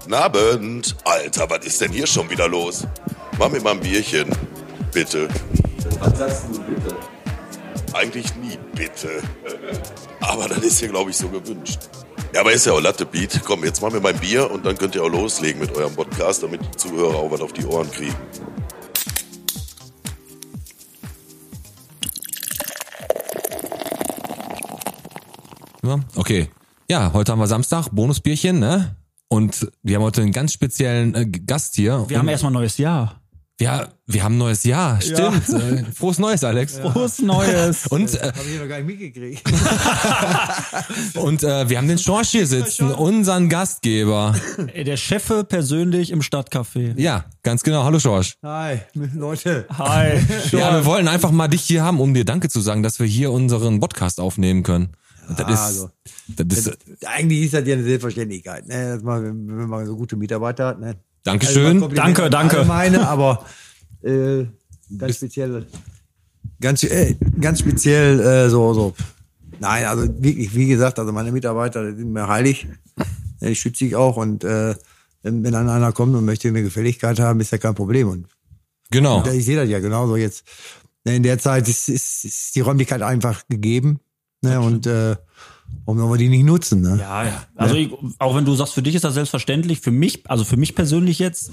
Guten Abend. Alter, was ist denn hier schon wieder los? Mach mir mal ein Bierchen. Bitte. Was sagst du bitte? Eigentlich nie bitte. Aber das ist hier, glaube ich, so gewünscht. Ja, aber ist ja auch Latte Beat. Komm, jetzt machen wir mal ein Bier und dann könnt ihr auch loslegen mit eurem Podcast, damit die Zuhörer auch was auf die Ohren kriegen. Ja, Okay. Ja, heute haben wir Samstag, Bonusbierchen, ne? Und wir haben heute einen ganz speziellen äh, Gast hier. Wir haben Und- erstmal ein neues Jahr. ja, wir haben ein neues Jahr, Ja. stimmt. Äh, Frohes Neues, Alex. Frohes Neues. Und, äh, Habe ich aber gar nicht mitgekriegt. und äh, wir haben den Schorsch hier sitzen, unseren Gastgeber. Ey, der Chefe persönlich im Stadtcafé. Ja, ganz genau. Hallo Schorsch. Hi, Leute. Hi. Ja, wir wollen einfach mal dich hier haben, um dir Danke zu sagen, dass wir hier unseren Podcast aufnehmen können. Und das ist, also. das ist, Das, eigentlich ist das ja eine Selbstverständlichkeit, ne? dass man, wenn wenn man so gute Mitarbeiter hat. Ne? Dankeschön. mal Kompliment Danke, an danke. Allgemeine, aber äh, ganz speziell. Ganz, äh, ganz speziell äh, so, so. Nein, also wirklich, wie gesagt, also meine Mitarbeiter die sind mir heilig. Ich schütze ich auch und äh, wenn wenn dann einer kommt und möchte eine Gefälligkeit haben, ist ja kein Problem. Und genau. Ja, Ich sehe das ja genauso jetzt. Ne, In der Zeit ist, ist, ist die Räumlichkeit einfach gegeben. Ne? Und äh, warum sollen wir die nicht nutzen? Ne? Ja, ja. Also ich, auch wenn du sagst, für dich ist das selbstverständlich, für mich, also für mich persönlich jetzt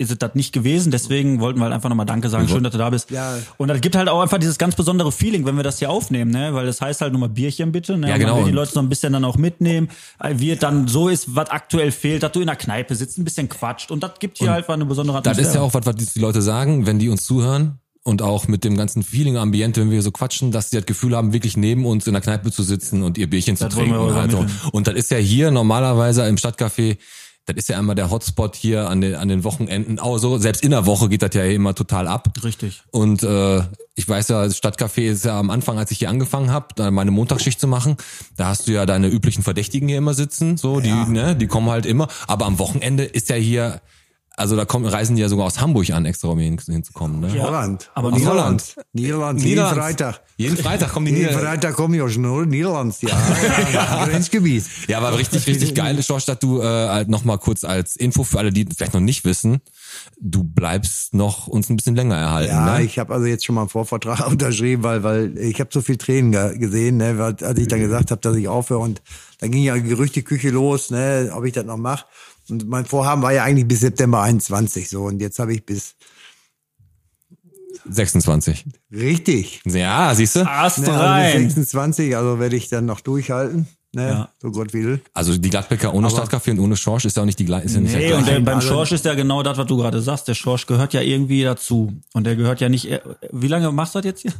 ist es das nicht gewesen, deswegen wollten wir halt einfach nochmal Danke sagen, schön, dass du da bist. Ja. Und das gibt halt auch einfach dieses ganz besondere Feeling, wenn wir das hier aufnehmen, ne, weil das heißt halt nur mal Bierchen bitte, ne, Ja, Und genau. man will die Leute so ein bisschen dann auch mitnehmen, Äh, wie es dann so ist, was aktuell fehlt, dass du in der Kneipe sitzt, ein bisschen quatscht und das gibt hier einfach eine besondere Das Atmosphäre. ist ja auch was, was die Leute sagen, wenn die uns zuhören und auch mit dem ganzen Feeling-Ambiente, wenn wir so quatschen, dass sie das Gefühl haben, wirklich neben uns in der Kneipe zu sitzen und ihr Bierchen Das zu wollen trinken. wir aber Also, vermitteln. und das ist ja hier normalerweise im Stadtcafé, das ist ja immer der Hotspot hier an den, an den Wochenenden. Auch so, selbst in der Woche geht das ja immer total ab. Richtig. Und äh, ich weiß ja, das Stadtcafé ist ja am Anfang, als ich hier angefangen habe, da meine Montagsschicht zu machen, da hast du ja deine üblichen Verdächtigen hier immer sitzen, so die, ne, die kommen halt immer. Aber am Wochenende ist ja hier, also da kommen, reisen die ja sogar aus Hamburg an, extra um hier hin- hinzukommen. Ne? Holland. aber Niederland. Holland. Niederland. Niederlands. Jeden Freitag. Jeden Freitag kommen die Jeden Niederlande. Freitag komme ich aus Nor- Niederlands, ja. ja. Grenzgebiet. Ja, war richtig, richtig geil, Schorsch, dass du äh, halt nochmal kurz als Info für alle, die vielleicht noch nicht wissen, du bleibst noch uns ein bisschen länger erhalten. Ja, ne? ich habe also jetzt schon mal einen Vorvertrag unterschrieben, weil, weil ich habe so viel Tränen ge gesehen, ne, weil- als ich dann gesagt habe, dass ich aufhöre. Und dann ging ja Gerüchteküche los, ne, ob ich das noch mache. Und mein Vorhaben war ja eigentlich bis September 21 so. Und jetzt habe ich bis 26. Richtig. Ja, siehst du? Ast Ne, also rein. bis 26, also werde ich dann noch durchhalten. Ne? Ja. So Gott will. Also die Gladbecker ohne Stadtcafé und ohne Schorsch ist ja auch nicht die gleiche. ist ja nicht Nee, der und der, gleiche. beim Also- Schorsch ist ja genau das, was du gerade sagst. Der Schorsch gehört ja irgendwie dazu. Und der gehört ja nicht. äh, Wie lange machst du das jetzt hier?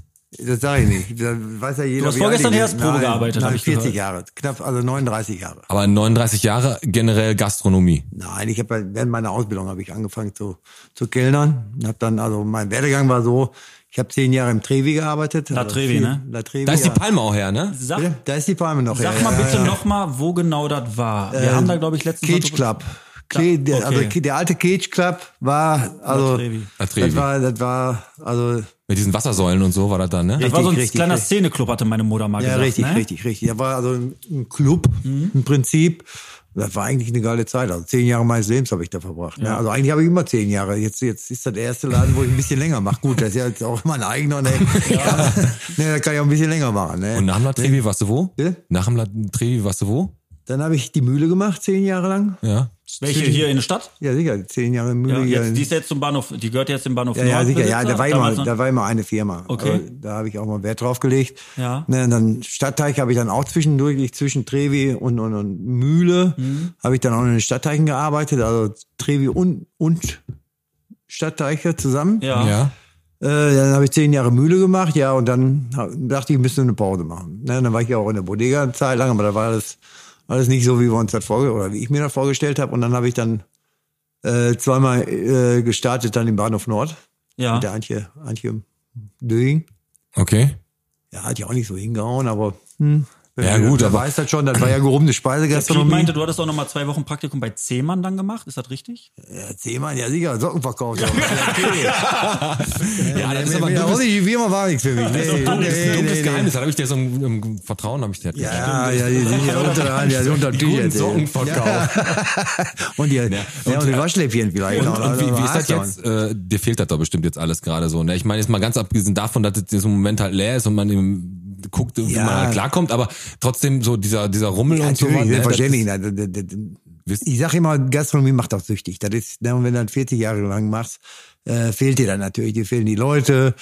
Das sage ich nicht. Das weiß ja jeder, hast wie alt vorgestern ich bin. erst Probe Nein, gearbeitet, hab Nein, ich 40 gehört. Jahre. Knapp, also 39 Jahre. Aber 39 Jahre generell Gastronomie. Nein, ich habe während meiner Ausbildung habe ich angefangen zu, zu kellnern. Und hab dann, also mein Werdegang war so, ich habe zehn Jahre im Trevi gearbeitet. La Also Trevi, viel- ne? La Trevi, Da ist ja. die Palme auch her, ne? Sag, Bitte? Da ist die Palme noch. sag ja, mal ja, bitte ja. nochmal, wo genau das war. Wir Äh, haben da, glaube ich, letztens. noch Cage drüber- Club. Cle- der, also, okay. der alte Cage Club war, also, Trevi. La Trevi. das war, das war, also, Mit diesen Wassersäulen und so war das dann, ne? Das war so ein Richtig, richtig, kleiner richtig. Szeneklub, hatte meine Mutter mal Ja, gesagt. richtig, ne? Mhm. richtig, richtig. Da war also ein Club im Prinzip. Das war eigentlich eine geile Zeit. Also zehn Jahre meines Lebens habe ich da verbracht. Ne? Also eigentlich habe ich immer zehn Jahre. Jetzt, jetzt ist das der erste Laden, wo ich ein bisschen länger mache. Gut, das ist ja jetzt auch mein eigener. Ne? Ja. ne, da kann ich auch ein bisschen länger machen. Ne? Und nach dem La Trevi warst du wo? Bitte? Nach dem La Trevi warst du wo? Dann habe ich die Mühle gemacht, zehn Jahre lang. Ja. Welche hier in der Stadt? Ja, sicher, zehn Jahre Mühle. Ja, hier jetzt, in- die ist jetzt zum Bahnhof, die gehört jetzt dem Bahnhof Ja, ja, Nord, sicher, ja, Besitzer, da war, damals ne? immer, noch. da war immer eine Firma. Okay. Also, da habe ich auch mal Wert drauf gelegt. Ja. Ne, und dann Stadtteich habe ich dann auch zwischendurch, ich zwischen Trevi und, und, und Mühle, Mhm. habe ich dann auch in den Stadtteichen gearbeitet, also Trevi und, und Stadtteiche zusammen. Ja. Ja. Äh, dann habe ich zehn Jahre Mühle gemacht, ja, und dann hab, dachte ich, müssen wir eine Pause machen. Ne, dann war ich ja auch in der Bodega eine Zeit lang, aber da war alles, alles nicht so, wie wir uns das vorge oder wie ich mir das vorgestellt habe. Und dann habe ich dann äh, zweimal äh, gestartet, dann im Bahnhof Nord ja. mit der Antje, Antje Döing. Okay. Ja, hat ja auch nicht so hingehauen, aber hm, Ja, gut, Wer aber- weiß das schon, das war ja gehobene Pete Speisegastronomie. meinte, du hattest auch noch mal zwei Wochen Praktikum bei Zehmann dann gemacht. Ist das richtig? Ja, Zehmann, ja sicher, Socken verkauft. Ja, Also, Ja, das ist aber ein ja, dummes, Olli, wie immer war nichts für mich. Nee, dummes, nee, dummes nee, Geheimnis. Da habe ich dir so im, im Vertrauen, habe ich dir das gesagt. Ja, ja, die sind ja unter der Hand, ja, die sind unter dem Die Tisch. guten jetzt, ey. Socken verkauft. Und die, ja, und die Waschläppchen vielleicht. äh, Und, auch, und wie, also wie ist das Haarkern. jetzt? Äh, dir fehlt das doch bestimmt jetzt alles gerade so. Ne? Ich meine, jetzt mal ganz abgesehen davon, dass es im Moment halt leer ist und man eben guckt, wie Ja. man halt klarkommt, aber trotzdem so dieser, dieser Rummel und so Natürlich, ne? Das selbstverständlich. ist- Nein, das- das- das- Wisst- Ich sage immer, Gastronomie macht auch süchtig. Das ist, ne, und wenn du das 40 Jahre lang machst, äh, fehlt dir dann natürlich, dir fehlen die Leute.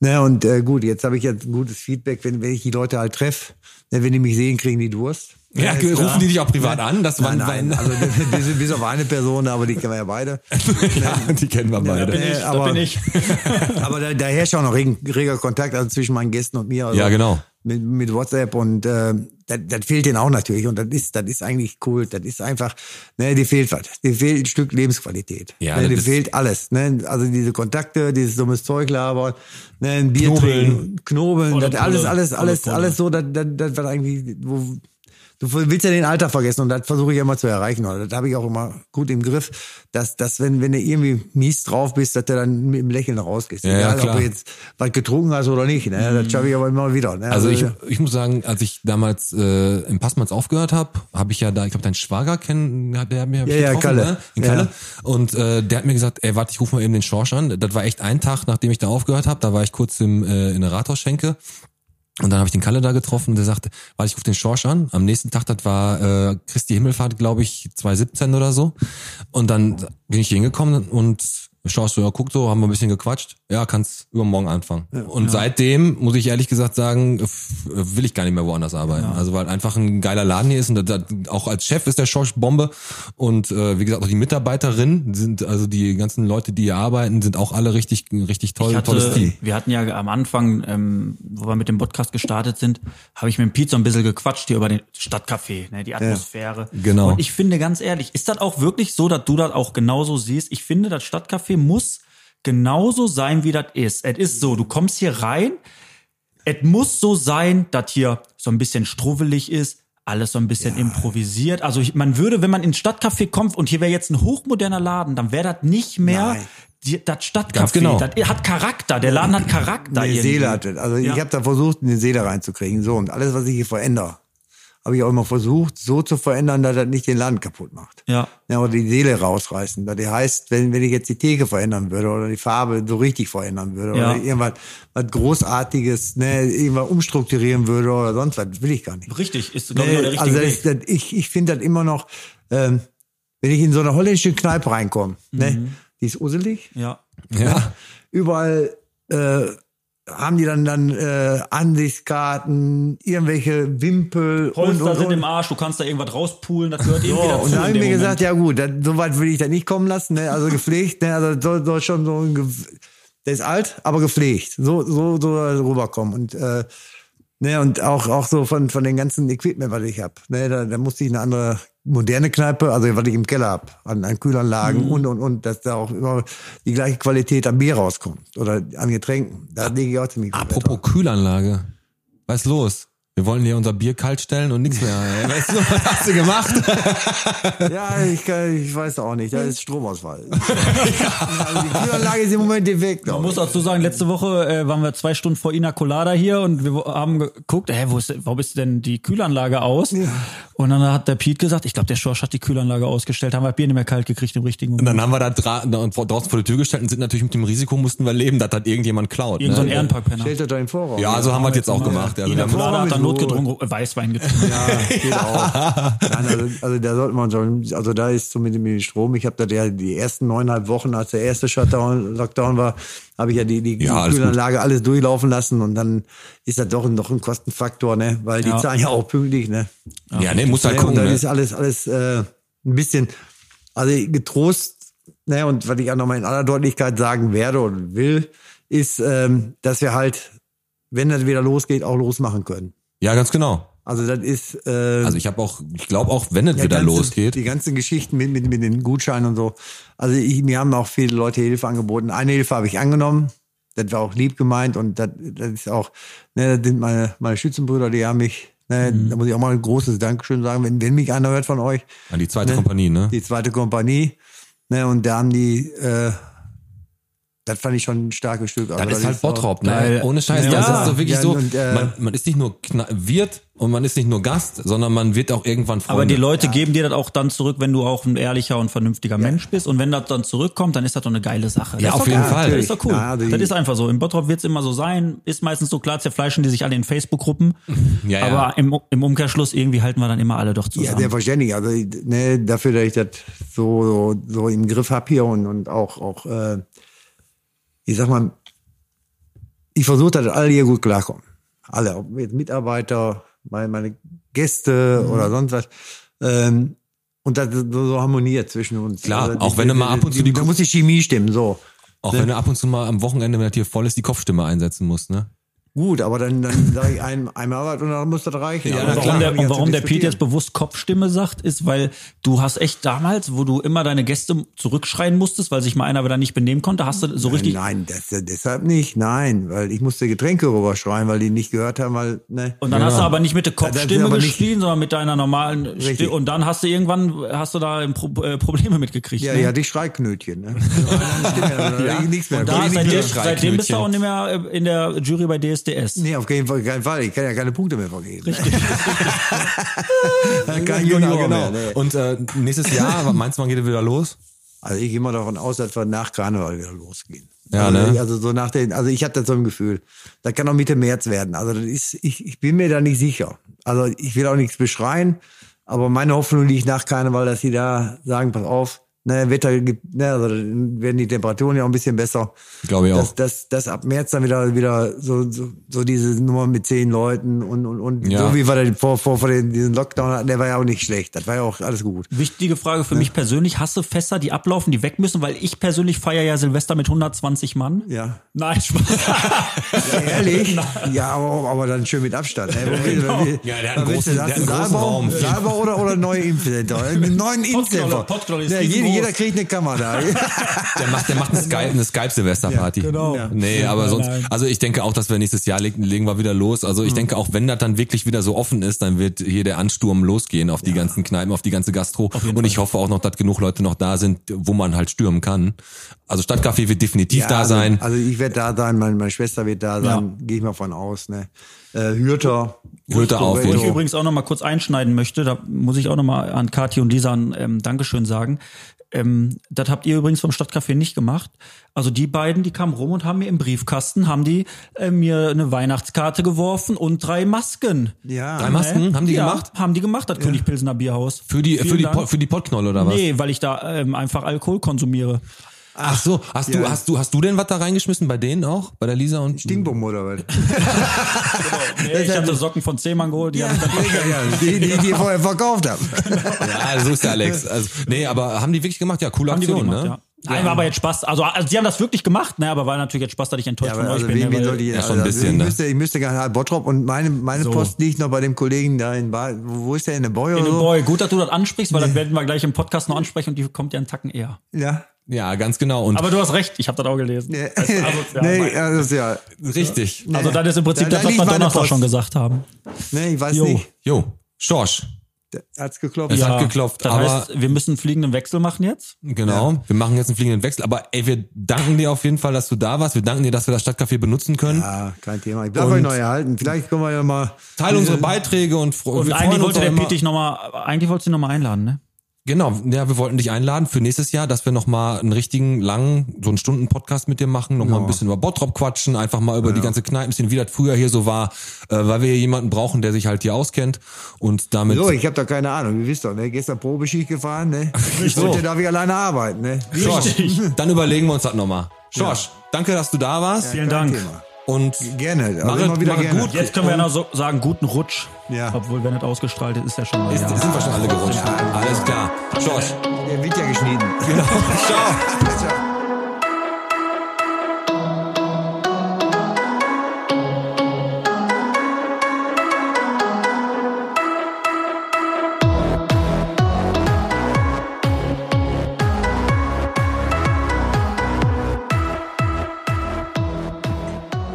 Ne, und äh, gut, jetzt habe ich ja ein gutes Feedback, wenn, wenn ich die Leute halt treffe, ne, wenn die mich sehen, kriegen die Durst. Ja, ist klar. rufen die dich auch privat an? Das Nein, waren- nein, waren- also bis, bis auf eine Person, aber die kennen wir ja beide. ja, die kennen wir beide. Äh, ich, da aber- bin ich. aber da, da herrscht auch noch regen, reger Kontakt also zwischen meinen Gästen und mir. Also Ja, genau. Mit, mit WhatsApp und äh, das, das fehlt denen auch natürlich. Und das ist, das ist eigentlich cool. Das ist einfach, ne, dir fehlt was. Dir fehlt ein Stück Lebensqualität. Ja, ne, das dir ist- fehlt alles. Ne? Also diese Kontakte, dieses dummes Zeug labern, ne, ein Bier Knobeln. trinken, knobeln, Volle das alles, Pulle, alles, volle alles, Pulle. alles so, das, das, das was eigentlich, wo, Du willst ja den Alter vergessen und das versuche ich ja immer zu erreichen. Oder das habe ich auch immer gut im Griff, dass, dass wenn, wenn du irgendwie mies drauf bist, dass du dann mit dem Lächeln rausgehst. Ja, ja, Egal, ob klar. Mhm. du jetzt was getrunken hast oder nicht. Ne? Das schaffe ich aber immer wieder. Ne? Also ich, ich muss sagen, als ich damals äh, im Passmanns aufgehört habe, habe ich ja da, ich glaube, deinen Schwager kennen, hat der hat mir hab ich Ja, ja, getroffen, Kalle. Ne? In Ja. Kalle. Und äh, der hat mir gesagt, ey, warte, ich rufe mal eben den Schorsch an. Das war echt ein Tag, nachdem ich da aufgehört habe. Da war ich kurz im, äh, in der Rathausschenke. Und dann habe ich den Kalle da getroffen und der sagte, warte, ich rufe den Schorsch an. Am nächsten Tag, das war äh, Christi Himmelfahrt, glaube ich, 2017 oder so. Und dann bin ich hier hingekommen und Schorsch so, ja, guck so, haben wir ein bisschen gequatscht. Ja, kannst übermorgen anfangen. und seitdem, muss ich ehrlich gesagt sagen, f- will ich gar nicht mehr woanders arbeiten. Also weil einfach ein geiler Laden hier ist und da, da, auch als Chef ist der Schorsch Bombe. Und äh, wie gesagt, auch die Mitarbeiterinnen sind, also die ganzen Leute, die hier arbeiten, sind auch alle richtig, richtig toll, Ich tolles Team. hatte, wir hatten ja am Anfang, ähm, wo wir mit dem Podcast gestartet sind, habe ich mit dem Pete so ein bisschen gequatscht hier über den Stadtcafé, ne, die Atmosphäre. genau. Und ich finde ganz ehrlich, ist das auch wirklich so, dass du das auch genauso siehst? Ich finde, das Stadtcafé muss genauso sein, wie das ist. Es ist so, du kommst hier rein, es muss so sein, dass hier so ein bisschen struwwelig ist, alles so ein bisschen improvisiert. Also ich, man würde, wenn man ins Stadtcafé kommt und hier wäre jetzt ein hochmoderner Laden, dann wäre das nicht mehr Nein. die, das Stadtcafé. Ganz genau. Das hat Charakter. Der Laden hat Charakter. eine irgendwie. Seele hatte. Also Ja. ich habe da versucht, eine Seele reinzukriegen. So, und alles, was ich hier verändere, habe ich auch immer versucht, so zu verändern, dass das nicht den Laden kaputt macht. Ja. ja oder die Seele rausreißen. Das heißt, wenn, wenn ich jetzt die Theke verändern würde oder die Farbe so richtig verändern würde Ja. oder irgendwas was Großartiges, ne, irgendwas umstrukturieren würde oder sonst was, das will ich gar nicht. Richtig, ist glaube ich auch der Nee, richtige also das ist, Weg. das, ich, ich finde das immer noch, ähm, wenn ich in so eine holländische Kneipe reinkomme, Mhm. ne, die ist uselig, Ja. Ja. überall äh, haben die dann dann äh, Ansichtskarten, irgendwelche Wimpel und, Polster und, sind und. im Arsch, du kannst da irgendwas rauspulen, das gehört irgendwie Ja, dazu. und da in habe ich dem mir Moment. gesagt, ja gut, das, so weit will ich da nicht kommen lassen, ne? also gepflegt, ne? also das soll, soll schon so ein, Ge- der ist alt, aber gepflegt, so so so rüberkommen und äh, ne und auch auch so von von den ganzen Equipment, was ich hab, ne, da, da musste ich eine andere moderne Kneipe, also was ich im Keller hab, an, an Kühlanlagen Mhm. und und und, dass da auch immer die gleiche Qualität am Bier rauskommt oder an Getränken, da lege ich auch ziemlich viel Wert drauf. Apropos Kühlanlage. Was ist los? Wir wollen hier unser Bier kalt stellen und nichts mehr. ey. Weißt du, was hast du gemacht? Ja, ich, kann, ich weiß auch nicht. Da ist Stromausfall. Also die Kühlanlage ist im Moment defekt. glaub Man muss ich. dazu sagen, letzte Woche äh, waren wir zwei Stunden vor Ina Colada hier und wir haben geguckt, hä, wo ist, warum ist denn die Kühlanlage aus? Und dann hat der Pete gesagt, ich glaube, der Schorsch hat die Kühlanlage ausgestellt, haben wir das Bier nicht mehr kalt gekriegt im richtigen Und Moment. dann haben wir da dra da vor- draußen vor der Tür gestellt und sind natürlich mit dem Risiko, mussten wir leben, dass das irgendjemand klaut. Irgend so ein ne? Ehrenparkpenner. Stellt euch da im Vorraum. Ja, also- so haben wir es jetzt auch gemacht. Also, wir Ina haben- Colada hat dann Vorraum ist notgedrungen äh, Weißwein getrunken. Ja, geht auch. Nein, also, also da sollte man schon, also da ist so mit dem mit dem Strom. Ich habe da der, die ersten neuneinhalb Wochen, als der erste Shutdown, Lockdown war, habe ich ja die, die Ja, alles Kühlanlage alles durchlaufen lassen und dann ist das doch noch ein Kostenfaktor, ne? Weil die Ja. zahlen ja auch pünktlich, ne? ja, nee, muss halt Ja, gucken. Und dann Ne? ist alles, alles äh, ein bisschen, also getrost, ne, und was ich auch nochmal in aller Deutlichkeit sagen werde und will, ist, ähm, dass wir halt, wenn das wieder losgeht, auch losmachen können. Ja, ganz genau. Also das ist äh, Also ich habe auch, ich glaube auch, wenn es ja, wieder ganze- losgeht. Die ganzen Geschichten mit, mit, mit den Gutscheinen und so. Also ich, mir haben auch viele Leute Hilfe angeboten. Eine Hilfe habe ich angenommen. Das war auch lieb gemeint und das, das ist auch, ne, das sind meine, meine Schützenbrüder, die haben mich Ne, Mhm. Da muss ich auch mal ein großes Dankeschön sagen, wenn, wenn mich einer hört von euch. An die zweite Kompanie, ne? Die zweite Kompanie. Ne, und da haben die, äh, das fand ich schon ein starkes Stück. Also Dann ist halt Bottrop, ne? Weil- Ohne Scheiß, Ja. das ist so wirklich Ja, so, und, äh, man, man ist nicht nur Kna- Wirt und man ist nicht nur Gast, sondern man wird auch irgendwann Freunde. Aber die Leute geben dir das auch dann zurück, wenn du auch ein ehrlicher und vernünftiger Mensch bist. Und wenn das dann zurückkommt, dann ist das doch eine geile Sache. Ja, das ist auf doch jeden geil. Fall. Das ist doch cool. Ja, also die- das ist einfach so. Im Bottrop wird's immer so sein. Ist meistens so klar, zerfleischen die sich alle in Facebook-Gruppen. Ja, ja. Aber Im, im Umkehrschluss irgendwie halten wir dann immer alle doch Ja, zusammen. selbstverständlich. Also ne, dafür, dass ich das so, so, so im Griff hab hier und, und auch, auch äh, ich sag mal, ich versuche, dass alle hier gut klarkommen. Alle, ob jetzt Mitarbeiter, meine, meine Gäste Mhm. oder sonst was. Ähm, und das so, so harmoniert zwischen uns. Klar, Also, auch wenn du mal ab und zu die- Da muss die Chemie stimmen, so. auch wenn du ab und zu mal am Wochenende, wenn das hier voll ist, die Kopfstimme einsetzen musst, ne? Gut, aber dann, dann sage ich einem, einmal was und dann muss das reichen. Ja, Aber na so klar. haben Warum wir der, nicht und warum zu der Pete diskutieren. jetzt bewusst Kopfstimme sagt, ist, weil du hast echt damals, wo du immer deine Gäste zurückschreien musstest, weil sich mal einer wieder nicht benehmen konnte, hast du so richtig. Nein, das, deshalb nicht. Nein, weil ich musste Getränke rüberschreien, weil die nicht gehört haben, weil, ne. Und dann hast du aber nicht mit der Das ist Kopfstimme aber nicht- geschrien, sondern mit deiner normalen Richtig. Stimme. Und dann hast du irgendwann, hast du da ein Pro äh, Probleme mitgekriegt. ja, ne? ja, die Schreiknötchen, ne? ja. Nichts mehr. Und da, Nichts seitdem, mehr. seitdem bist du auch nicht mehr äh, in der Jury bei DSDS. Nee, auf keinen Fall, keinen Fall. Ich kann ja keine Punkte mehr vergeben. Richtig. Kein Genau, Junior genau. genau. Mehr, ne? Und äh, nächstes Jahr, meinst du, man geht wieder los? Also ich gehe mal davon aus, dass wir nach Karneval wieder losgehen. Ja, also, ne? also so nach den, also ich habe das so ein Gefühl. Das kann auch Mitte März werden. Also das ist, ich, ich bin mir da nicht sicher. Also ich will auch nichts beschreien, aber meine Hoffnung liegt nach Karneval, dass sie da sagen, pass auf, ne, Wetter gibt, ne, also dann werden die Temperaturen ja auch ein bisschen besser. Glaube ich dass, auch. Dass, dass ab März dann wieder wieder so, so, so diese Nummer mit zehn Leuten und und, und Ja. so wie wir den vor, vor, vor den, diesen Lockdown hatten, der war ja auch nicht schlecht. Das war ja auch alles gut. Wichtige Frage für mich persönlich. Hast du Fässer, die ablaufen, die weg müssen? Weil ich persönlich feiere ja Silvester mit 120 Mann. Ja. Nein, Spaß. Ehrlich? Ja, aber, aber dann schön mit Abstand. Ey, wo willst du- wo willst- Ja, der hat einen wo willst du großen- das? der hat einen großen Saalbau? Raum. Saalbau oder, oder neue Impfcenter? Einen neuen Impfcenter. Potknolle ist Ja, jeder, riesengroß. jeder kriegt eine Kammer da. Der macht, der macht eine Skype, eine Skype-Silvesterparty. genau. Ja. Nee, aber sonst, nein. Mhm. also ich denke auch, dass wir nächstes Jahr legen, legen wir wieder los. Also ich denke auch, wenn das dann wirklich wieder so offen ist, dann wird hier der Ansturm losgehen auf die ganzen Kneipen, auf die ganze Gastro. Und ich hoffe auch noch, dass genug Leute noch da sind, wo man halt stürmen kann. Also Stadtcafé wird definitiv da also, sein. Also ich werde da sein, meine, meine Schwester wird da sein. Gehe ich mal von aus. Ne? Äh, Hürter. Hürter auf Wo jeden ich Fall. übrigens auch noch mal kurz einschneiden möchte, da muss ich auch noch mal an Kathi und Lisa ein ähm, Dankeschön sagen. Ähm, das habt ihr übrigens vom Stadtcafé nicht gemacht. Also die beiden, die kamen rum und haben mir im Briefkasten, haben die äh, mir eine Weihnachtskarte geworfen und drei Masken. Ja. Drei Masken haben die ne? ja, gemacht? Haben die gemacht, das König Pilsener Bierhaus. Für die, Vielen für die, Dank. Po- für die Pottknolle oder was? Oh. Nee, weil ich da ähm, einfach Alkohol konsumiere. Ach so, hast du, Ja. hast du, hast du denn was da reingeschmissen bei denen auch? Bei der Lisa und? Stingbum oder was? Nee, ich hatte Socken von Zehmann geholt, die hab ich dann Die, die, die ich vorher verkauft habe. Ja, so ist der Alex. Also, nee, aber haben die wirklich gemacht? Ja, coole Haben die Aktion, gemacht, ne? ja. Nein, war aber jetzt Spaß. Also, also, die haben das wirklich gemacht, ne? Aber war natürlich jetzt Spaß, dass ich enttäuscht von euch also bin. wen, ne? wen Weil- soll ich, Ja, also, schon ein bisschen, ich ne? müsste, ich müsste gerne nach Bottrop und meine, meine Post liegt noch bei dem Kollegen da in Bad. Wo ist der? In der Boy oder Ey, so? Boy, gut, dass du das ansprichst, weil das werden wir gleich im Podcast noch ansprechen und die kommt ja einen Tacken eher. Ja. Ja, ganz genau. Und Aber du hast recht, ich habe das auch gelesen. Nee, Das ist asozial, nee, Mann. asozial. richtig. also das ist im Prinzip Da- da das, was wir liegt meine Donnerstag Post. schon gesagt haben. Nee, ich weiß Jo. nicht. Jo, Schorsch. Da Hat's geklopft. Es hat geklopft, Das aber heißt, wir müssen einen fliegenden Wechsel machen jetzt. Genau, wir machen jetzt einen fliegenden Wechsel, aber ey, wir danken dir auf jeden Fall, dass du da warst. Wir danken dir, dass wir das Stadtcafé benutzen können. Ja, Ah, kein Thema. Ich bleibe euch noch erhalten. Vielleicht können wir ja mal. Teil unsere Beiträge und, fro- Und wir eigentlich freuen uns wollte auch der immer- Pete dich nochmal, eigentlich wollte sie nochmal einladen, ne? Genau, ja, wir wollten dich einladen für nächstes Jahr, dass wir nochmal einen richtigen langen, so einen Stunden Podcast mit dir machen, nochmal mal ein bisschen über Bottrop quatschen, einfach mal über die ganze Kneipe, ein bisschen, wie das früher hier so war, äh, weil wir hier jemanden brauchen, der sich halt hier auskennt und damit. So, ich habe da keine Ahnung. Ihr wisst doch, ne? Gestern Probeschicht gefahren, ne? Ich wollte darf ich alleine arbeiten, ne? Schorsch, dann überlegen wir uns das nochmal. Schorsch, danke, dass du da warst Vielen Dank. Thema. und Gerne. Also Mach immer es- wieder mach es gerne. gut. Jetzt können wir ja noch so sagen, guten Rutsch. Ja. Obwohl, wenn das ausgestrahlt ist, ist ja schon mal. ist, ja. sind wir schon alle gerutscht. Alles klar. Schorsch, Der wird ja geschnitten. genau. Ciao.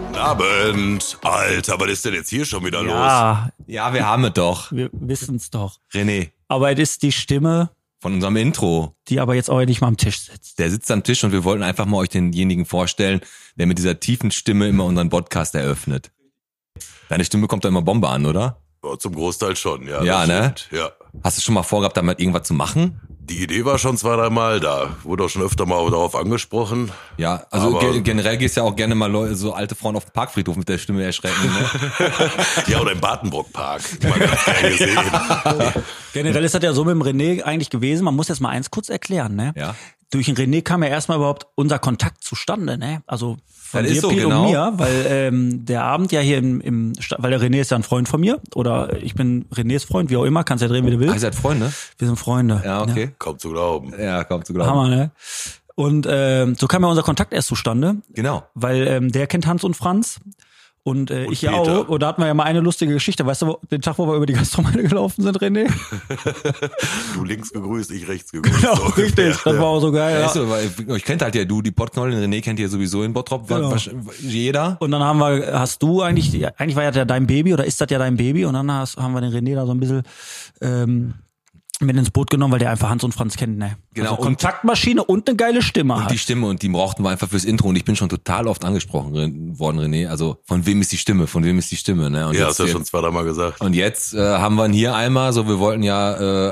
Guten Abend. Alter, was ist denn jetzt hier schon wieder los? Ja, Ja, wir haben es doch. wir wissen es doch. René, Aber es ist die Stimme, von unserem Intro. die aber jetzt auch nicht mal am Tisch sitzt. Der sitzt am Tisch und wir wollten einfach mal euch denjenigen vorstellen, der mit dieser tiefen Stimme immer unseren Podcast eröffnet. Deine Stimme kommt da immer Bombe an, oder? Ja, Zum Großteil schon, ja. Ja, das ne? stimmt. Ja. Hast du schon mal vorgehabt, damit irgendwas zu machen? Die Idee war schon zwei, dreimal da. Wurde auch schon öfter mal darauf angesprochen. Ja, also Aber- ge generell gehst ja auch gerne mal Leute, so alte Frauen auf den Parkfriedhof mit der Stimme erschrecken. Ne? Ja, oder im Badenbrockpark. Mal ganz gern gesehen. Generell ist das ja so mit dem René eigentlich gewesen. Man muss jetzt mal eins kurz erklären, ne? Ja. Durch den René kam ja erstmal überhaupt unser Kontakt zustande, ne? Also von Das ist dir, so, Piet genau. und mir, weil ähm, der Abend ja hier im, im Sta- weil der René ist ja ein Freund von mir oder ich bin Renés Freund, wie auch immer, kannst ja drehen, wie du Ah, ihr willst. seid Freunde? Wir sind Freunde. Ja, okay. Kaum zu glauben. Ja, kommt zu Ja. glauben. Hammer, ne? Und ähm, so kam ja unser Kontakt erst zustande. Genau. weil ähm, der kennt Hans und Franz und, äh, ich ja Peter. auch. Und da hatten wir ja mal eine lustige Geschichte. Weißt du, wo- den Tag, wo wir über die Gastronomie gelaufen sind, René? Du links gegrüßt, ich rechts gegrüßt. Genau, So ungefähr. richtig. Das war auch so geil. Ja. Ja. Weißt du, weil euch kennt halt ja du, die Pottknoll, den René kennt ihr sowieso in Bottrop, wa- Genau. wasch- jeder. Und dann haben wir, hast du eigentlich, ja, eigentlich war ja dein Baby oder ist das ja dein Baby? Und dann hast, haben wir den René da so ein bisschen ähm, mit ins Boot genommen, weil der einfach Hans und Franz kennt, ne? Genau, Also und- Kontaktmaschine und eine geile Stimme Und hat. die Stimme und die brauchten wir einfach fürs Intro und ich bin schon total oft angesprochen re- worden, René. Also von wem ist die Stimme? Von wem ist die Stimme? Ne? Und Ja, jetzt, hast du ja schon zwei, dreimal gesagt. und jetzt äh, haben wir ihn hier einmal. So, wir wollten ja äh,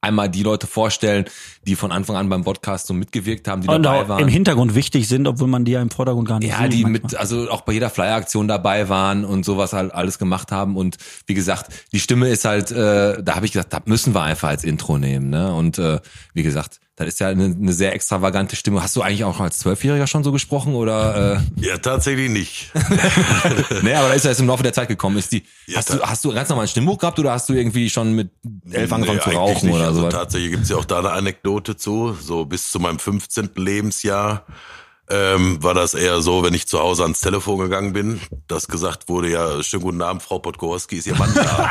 einmal die Leute vorstellen, die von Anfang an beim Podcast so mitgewirkt haben, die Und dabei auch im waren. Hintergrund wichtig sind, obwohl man die ja im Vordergrund gar nicht Ja, sieht. die manchmal. mit, also auch bei jeder Flyer-Aktion dabei waren und sowas halt alles gemacht haben. Und wie gesagt, die Stimme ist halt, äh, da habe ich gesagt, da müssen wir einfach als Intro nehmen. Ne? Und äh, wie gesagt, das ist ja eine, eine sehr extravagante Stimme. Hast du eigentlich auch als Zwölfjähriger schon so gesprochen? Oder Ja, tatsächlich nicht. äh, nee, aber da ist ja erst im Laufe der Zeit gekommen. Ist die, Ja, hast, da- du, hast du ganz normal ein Stimmbuch gehabt oder hast du irgendwie schon mit elf angefangen Nee, zu eigentlich rauchen nicht. oder also sowas? Tatsächlich gibt's ja auch da eine Anekdote zu. So bis zu meinem 15. Lebensjahr ähm, war das eher so, wenn ich zu Hause ans Telefon gegangen bin, dass gesagt wurde, ja, schönen guten Abend, Frau Podgorski, ist Ihr Mann da?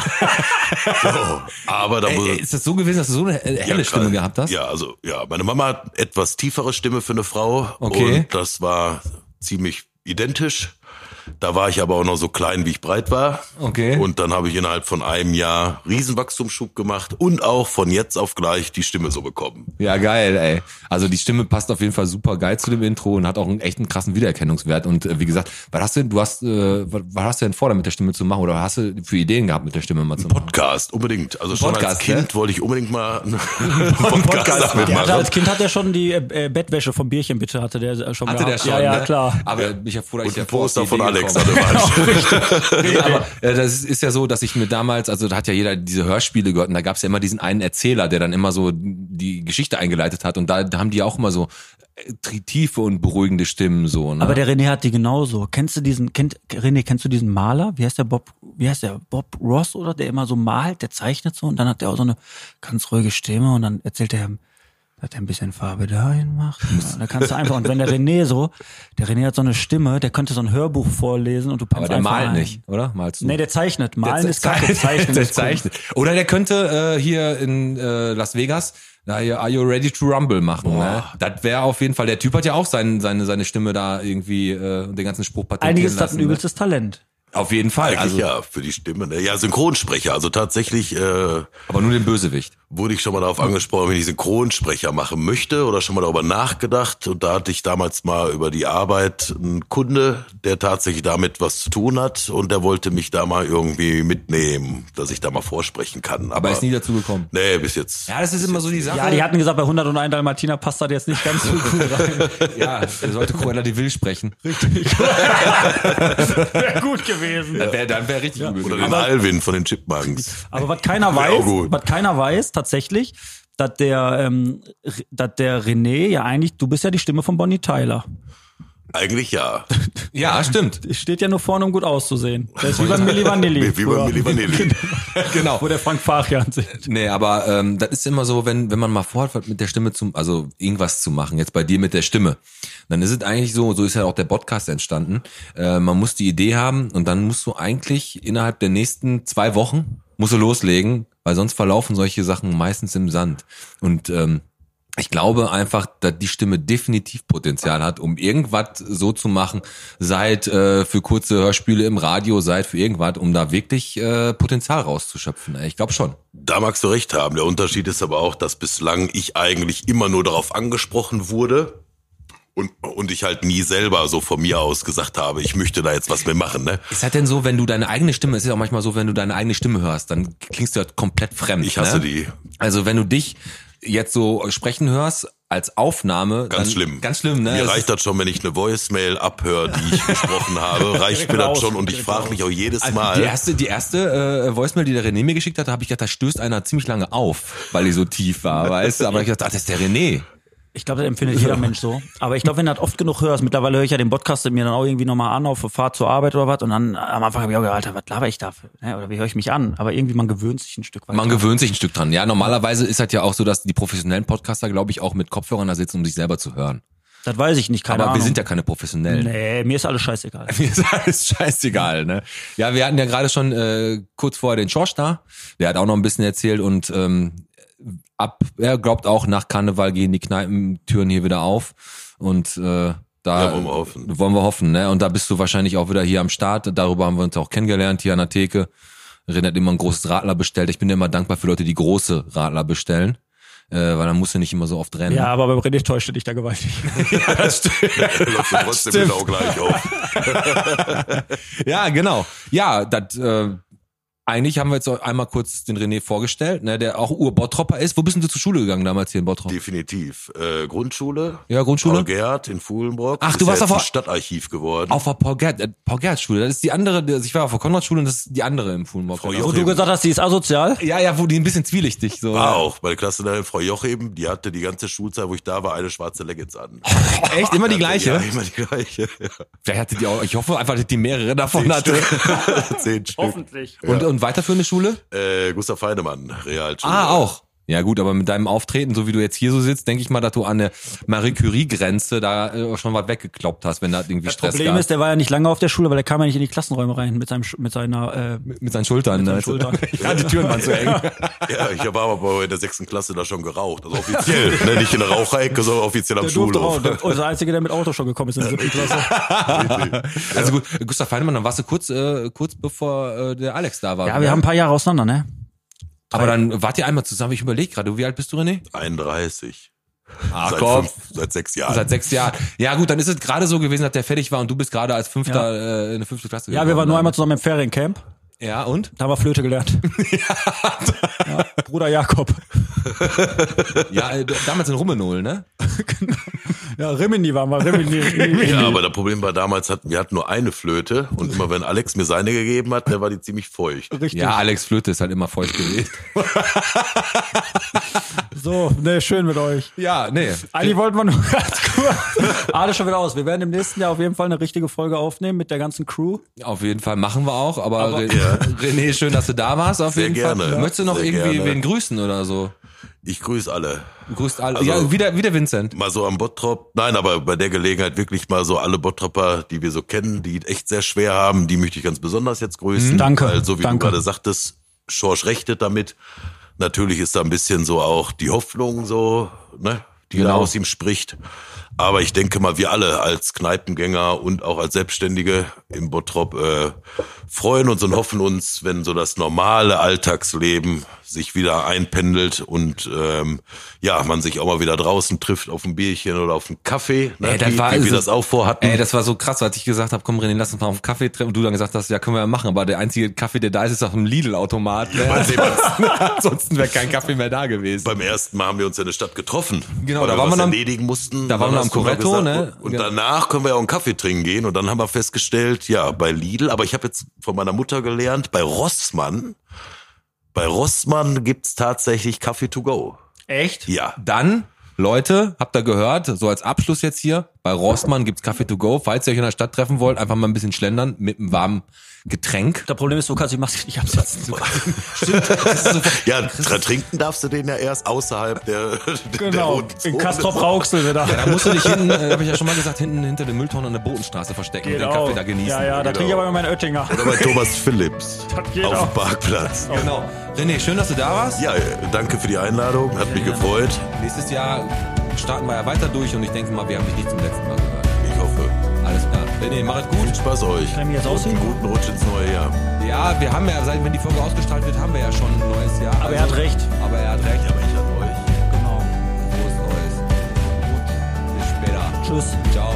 so, aber da Ey, muss ey, ist das so gewesen, dass du so eine äh, helle Stimme krass. gehabt hast? Ja, also ja, meine Mama hat etwas tiefere Stimme für eine Frau Okay. und das war ziemlich identisch. Da war ich aber auch noch so klein, wie ich breit war. Okay. Und dann habe ich innerhalb von einem Jahr Riesenwachstumsschub gemacht und auch von jetzt auf gleich die Stimme so bekommen. Ja, geil, ey. Also die Stimme passt auf jeden Fall super geil zu dem Intro und hat auch einen echten krassen Wiedererkennungswert. Und äh, wie gesagt, was hast du denn, du hast, äh, was, was hast du denn vor, damit der Stimme zu machen? Oder was hast du für Ideen gehabt, mit der Stimme mal zu machen? Podcast, unbedingt. Also schon Podcast, als Kind ne? wollte ich unbedingt mal einen Podcast, Podcast damit der hatte, machen. als Kind hat er schon die äh, äh, Bettwäsche vom Bierchen, bitte, hatte der äh, schon Hatte der gehabt. schon, ja, ja, ne? klar. Aber mich erfuhr, dass ich Und ein davor auf die Poster von Idee Alex Also gekommen an der Wand. Nee, aber äh, das ist, ist ja so, dass ich mir damals, also da hat ja jeder diese Hörspiele gehört und da gab's ja immer diesen einen Erzähler, der dann immer so die Geschichte eingeleitet hat und da, da haben die auch immer so äh, tri- tiefe und beruhigende Stimmen so. Ne? Aber der René hat die genauso. Kennst du diesen, kennt, René, kennst du diesen Maler? Wie heißt der Bob, wie heißt der? Bob Ross oder? Der immer so malt, der zeichnet so und dann hat der auch so eine ganz ruhige Stimme und dann erzählt er, dass er ein bisschen Farbe dahin macht. Ja, da kannst du einfach, und wenn der René so, der René hat so eine Stimme, der könnte so ein Hörbuch vorlesen und du kannst aber der einfach malt ein. nicht, oder? Malst du? Nee, der zeichnet. Malen Der ist kacke, zeichnet- zeichnen der ist cool. zeichnet. Oder der könnte äh, hier in äh, Las Vegas da hier Are You Ready to Rumble machen. Ne? Das wäre auf jeden Fall. Der Typ hat ja auch sein, seine, seine Stimme da irgendwie äh, und den ganzen Spruch patentieren Eigentlich ist das lassen. ein übelstes Talent. ne? Auf jeden Fall. Eigentlich Also, ja, für die Stimme. Ne? Ja, Synchronsprecher. Also tatsächlich äh, Aber nur den Bösewicht. wurde ich schon mal darauf angesprochen, wenn ich Synchronsprecher machen möchte oder schon mal darüber nachgedacht. Und da hatte ich damals mal über die Arbeit einen Kunde, der tatsächlich damit was zu tun hat und der wollte mich da mal irgendwie mitnehmen, dass ich da mal vorsprechen kann. Aber ist nie dazu gekommen. Nee, bis jetzt. Ja, das ist immer so die Sache. Ja, die hatten gesagt, bei 101 Dalmatiner passt das jetzt nicht ganz so gut rein. ja, er sollte Cruella de Vil sprechen. Wäre gut gewesen. Dann wäre dann wär richtig übel. Oder den gewesen. Alvin von den Chipmunks. Aber was keiner Wär auch weiß, gut. was keiner weiß tatsächlich, dass der, ähm, R- dass der René ja eigentlich, du bist ja die Stimme von Bonnie Tyler. Eigentlich ja. Ja, stimmt. Es Steht ja nur vorne, um gut auszusehen. Der ist wie bei Milli Vanilli. Wie bei Milli Vanilli. Genau. Wo der Frank Fachian sitzt. Nee, aber ähm, das ist immer so, wenn, wenn man mal vorhat, mit der Stimme zum, also irgendwas zu machen, jetzt bei dir mit der Stimme, dann ist es eigentlich so, so ist ja auch der Podcast entstanden. Äh, man muss die Idee haben und dann musst du eigentlich innerhalb der nächsten zwei Wochen musst du loslegen, weil sonst verlaufen solche Sachen meistens im Sand. Und ähm, ich glaube einfach, dass die Stimme definitiv Potenzial hat, um irgendwas so zu machen, seid äh, für kurze Hörspiele im Radio, seid für irgendwas, um da wirklich äh, Potenzial rauszuschöpfen. ey. Ich glaube schon. Da magst du recht haben. Der Unterschied ist aber auch, dass bislang ich eigentlich immer nur darauf angesprochen wurde und, und ich halt nie selber so von mir aus gesagt habe, ich möchte da jetzt was mehr machen. Ne? Ist das denn so, wenn du deine eigene Stimme, es ist auch manchmal so, wenn du deine eigene Stimme hörst, dann klingst du halt komplett fremd. Ich hasse ne? die. Also wenn du dich jetzt so sprechen hörst als Aufnahme, Ganz dann, schlimm. ganz schlimm, ne? Mir Es reicht das schon, wenn ich eine Voicemail abhöre, die ich gesprochen habe. Reicht mir das raus, schon und ich direkt frage raus. mich auch jedes Also die Mal. erste, die erste äh, Voicemail, die der René mir geschickt hat, da habe ich gedacht, da stößt einer ziemlich lange auf, weil die so tief war, weißt du? Aber ich dachte, ah, das ist der René. Ich glaube, das empfindet jeder Mensch so. Aber ich glaube, wenn du das oft genug hörst, mittlerweile höre ich ja den Podcast mir dann auch irgendwie nochmal an auf der Fahrt zur Arbeit oder was. Und dann äh, am Anfang habe ich auch gedacht, Alter, was laber ich da? für- ne? Oder wie höre ich mich an? Aber irgendwie, man gewöhnt sich ein Stück weit. Man gewöhnt sich ein Stück dran. Ja, normalerweise ist halt ja auch so, dass die professionellen Podcaster, glaube ich, auch mit Kopfhörern da sitzen, um sich selber zu hören. das weiß ich nicht, keine Aber Ahnung. wir sind ja keine professionellen. Nee, mir ist alles scheißegal. Mir ist alles scheißegal, ne? Ja, wir hatten ja gerade schon äh, kurz vorher den Schorsch da. Der hat auch noch ein bisschen erzählt und ähm, ab, er glaubt auch, nach Karneval gehen die Kneipentüren hier wieder auf. Und äh, da Ja, wollen wir hoffen. Wollen wir hoffen, ne? Und da bist du wahrscheinlich auch wieder hier am Start. Darüber haben wir uns auch kennengelernt hier an der Theke. René hat immer ein großes Radler bestellt. Ich bin ja immer dankbar für Leute, die große Radler bestellen. Äh, weil dann musst du nicht immer so oft rennen. Ja, aber beim René täuschte dich da gewaltig. das stimmt. Läuft mir trotzdem Stimmt. genau gleich auf. Ja, genau. Ja, das, äh, eigentlich haben wir jetzt auch einmal kurz den René vorgestellt, ne, der auch Ur-Bottropper ist. Wo bist denn du zur Schule gegangen damals hier in Bottrop? Definitiv. Äh, Grundschule. Ja, Grundschule. Paul Gerd in Fuhlenbrock. Ach, du Ist warst ja davor- jetzt ein Stadtarchiv geworden. auf der Paul Gerd, äh, Paul Gerd Schule. Das ist die andere, die- also ich war auf der Konrad Schule und das ist die andere im Fuhlenbau. Also, Frau Wo Jochim du gesagt hast, die ist asozial. Ja, ja, wo die ein bisschen zwielichtig so. war Ah, auch. Meine Klassenlehrerin Frau Jochim, die hatte die ganze Schulzeit, wo ich da war, eine schwarze Leggings an. Echt immer die gleiche. Ja, immer die gleiche. Vielleicht hatte die auch, ich hoffe einfach, dass die mehrere davon hatte. Zehn Stück. Hoffentlich. Und und weiterführende Schule? Äh, Gustav Heinemann, Realschule. Ah, auch. Ja gut, aber mit deinem Auftreten, so wie du jetzt hier so sitzt, denke ich mal, dass du an der Marie Curie Grenze da äh, schon was weggekloppt hast, wenn da irgendwie Das Stress Problem gab. ist, der war ja nicht lange auf der Schule, weil der kam ja nicht in die Klassenräume rein mit, seinem, Sch- mit seiner... Äh, mit seinen Schultern. seinen ne? Schultern. ja, die Türen waren zu eng. Ja, ich habe aber bei der sechsten Klasse da schon geraucht. Also offiziell. ne? Nicht in der Raucherecke, sondern offiziell am der durfte Schulhof. auch. Der, und der Einzige, der mit Auto schon gekommen ist in der siebten Klasse. Also gut, Gustav Heinemann, dann warst du kurz, äh, kurz bevor äh, der Alex da war. Ja, wir haben ein paar Jahre auseinander, ne? Aber dann wart ihr einmal zusammen. Ich überlege gerade, wie alt bist du, René? 31. Ah, seit, fünf, seit sechs Jahren. Seit sechs Jahren. Ja gut, dann ist es gerade so gewesen, dass der fertig war und du bist gerade als Fünfter äh, in eine fünfte Klasse ne? Ja, wir waren nur einmal zusammen im Feriencamp. Ja, und? Da haben wir Flöte gelernt. ja. Bruder Jakob. Ja, äh, damals in Rummenohl, ne? Ja, Rimini waren wir, Rimini. ja, aber das Problem war damals, hatten, wir hatten nur eine Flöte und immer wenn Alex mir seine gegeben hat, dann war die ziemlich feucht. Richtig. Ja, Alex Flöte ist halt immer feucht gewesen. So, ne, schön mit euch. ja, nee. Eigentlich wollten wir nur ganz kurz. Alles schon wieder aus. Wir werden im nächsten Jahr auf jeden Fall eine richtige Folge aufnehmen mit der ganzen Crew. Auf jeden Fall machen wir auch. Aber, Re René, schön, dass du da warst. Auf Sehr jeden Fall. gerne. Möchtest du noch Sehr irgendwie gerne. wen grüßen oder so? Ich grüße alle. Du grüßt alle. Also- ja, wieder, wieder Vincent. Mal so am Bottrop, nein, aber bei der Gelegenheit wirklich mal so alle Bottropper, die wir so kennen, die echt sehr schwer haben, die möchte ich ganz besonders jetzt grüßen. Danke, Weil, so wie danke. du gerade sagtest, Schorsch rechtet damit. Natürlich ist da ein bisschen so auch die Hoffnung so, ne, die da Genau. aus ihm spricht. Aber ich denke mal, wir alle als Kneipengänger und auch als Selbstständige im Bottrop äh, freuen uns und hoffen uns, wenn so das normale Alltagsleben sich wieder einpendelt und ähm, ja, man sich auch mal wieder draußen trifft auf ein Bierchen oder auf einen Kaffee, ne, Ey, das wie, war- wie wir also- das auch vorhatten. Ey, das war so krass, als ich gesagt habe, komm René, lass uns mal auf einen Kaffee treffen. Und du dann gesagt hast, ja, können wir ja machen. Aber der einzige Kaffee, der da ist, ist auf einem Lidl-Automat. ne? Mal sehen, was- Ansonsten wäre kein Kaffee mehr da gewesen. Beim ersten Mal haben wir uns ja in der Stadt getroffen. Genau, weil da wir waren was wir am- erledigen mussten. da waren Dann wir am hast du mal Corretto, gesagt, ne? Und Genau. danach können wir ja auch einen Kaffee trinken gehen. Und dann haben wir festgestellt, ja, bei Lidl, aber ich habe jetzt von meiner Mutter gelernt, bei Rossmann, bei Rossmann gibt's tatsächlich Kaffee to go. Echt? Ja. Dann, Leute, habt ihr gehört, so als Abschluss jetzt hier, bei Rossmann gibt's Kaffee to go. Falls ihr euch in der Stadt treffen wollt, einfach mal ein bisschen schlendern mit einem warmen Getränk. Das Problem ist, du kannst die Maske nicht absetzen. Ja, tr- trinken darfst du den ja erst außerhalb der, der Genau. roten In Zone. Castrop Rauxel wieder. Da musst du dich hinten, äh, habe ich ja schon mal gesagt, hinten hinter dem Müllton an der Bodenstraße verstecken und den Kaffee da genießen. Ja, ja, da Genau. kriege ich aber immer meinen Oettinger. Oder bei Thomas Phillips Das geht auf auch. dem Parkplatz. Genau. René, schön, dass du da warst. Ja, äh, danke für die Einladung, hat mich gefreut. Nächstes Jahr starten wir ja weiter durch und ich denke mal, wir haben dich nicht zum letzten Mal gehört. Ich hoffe, Alles klar. René, mach es gut. viel Spaß euch. Kann ich mir jetzt Und einen ausheben? guten Rutsch ins neue Jahr. Ja, wir haben ja, seit wenn die Folge ausgestrahlt wird, haben wir ja schon ein neues Jahr. Also, Aber er hat recht. Aber er hat recht. Ja, aber ich an euch. Genau. Frohes Neues. Gut. Bis später. Tschüss. Ciao.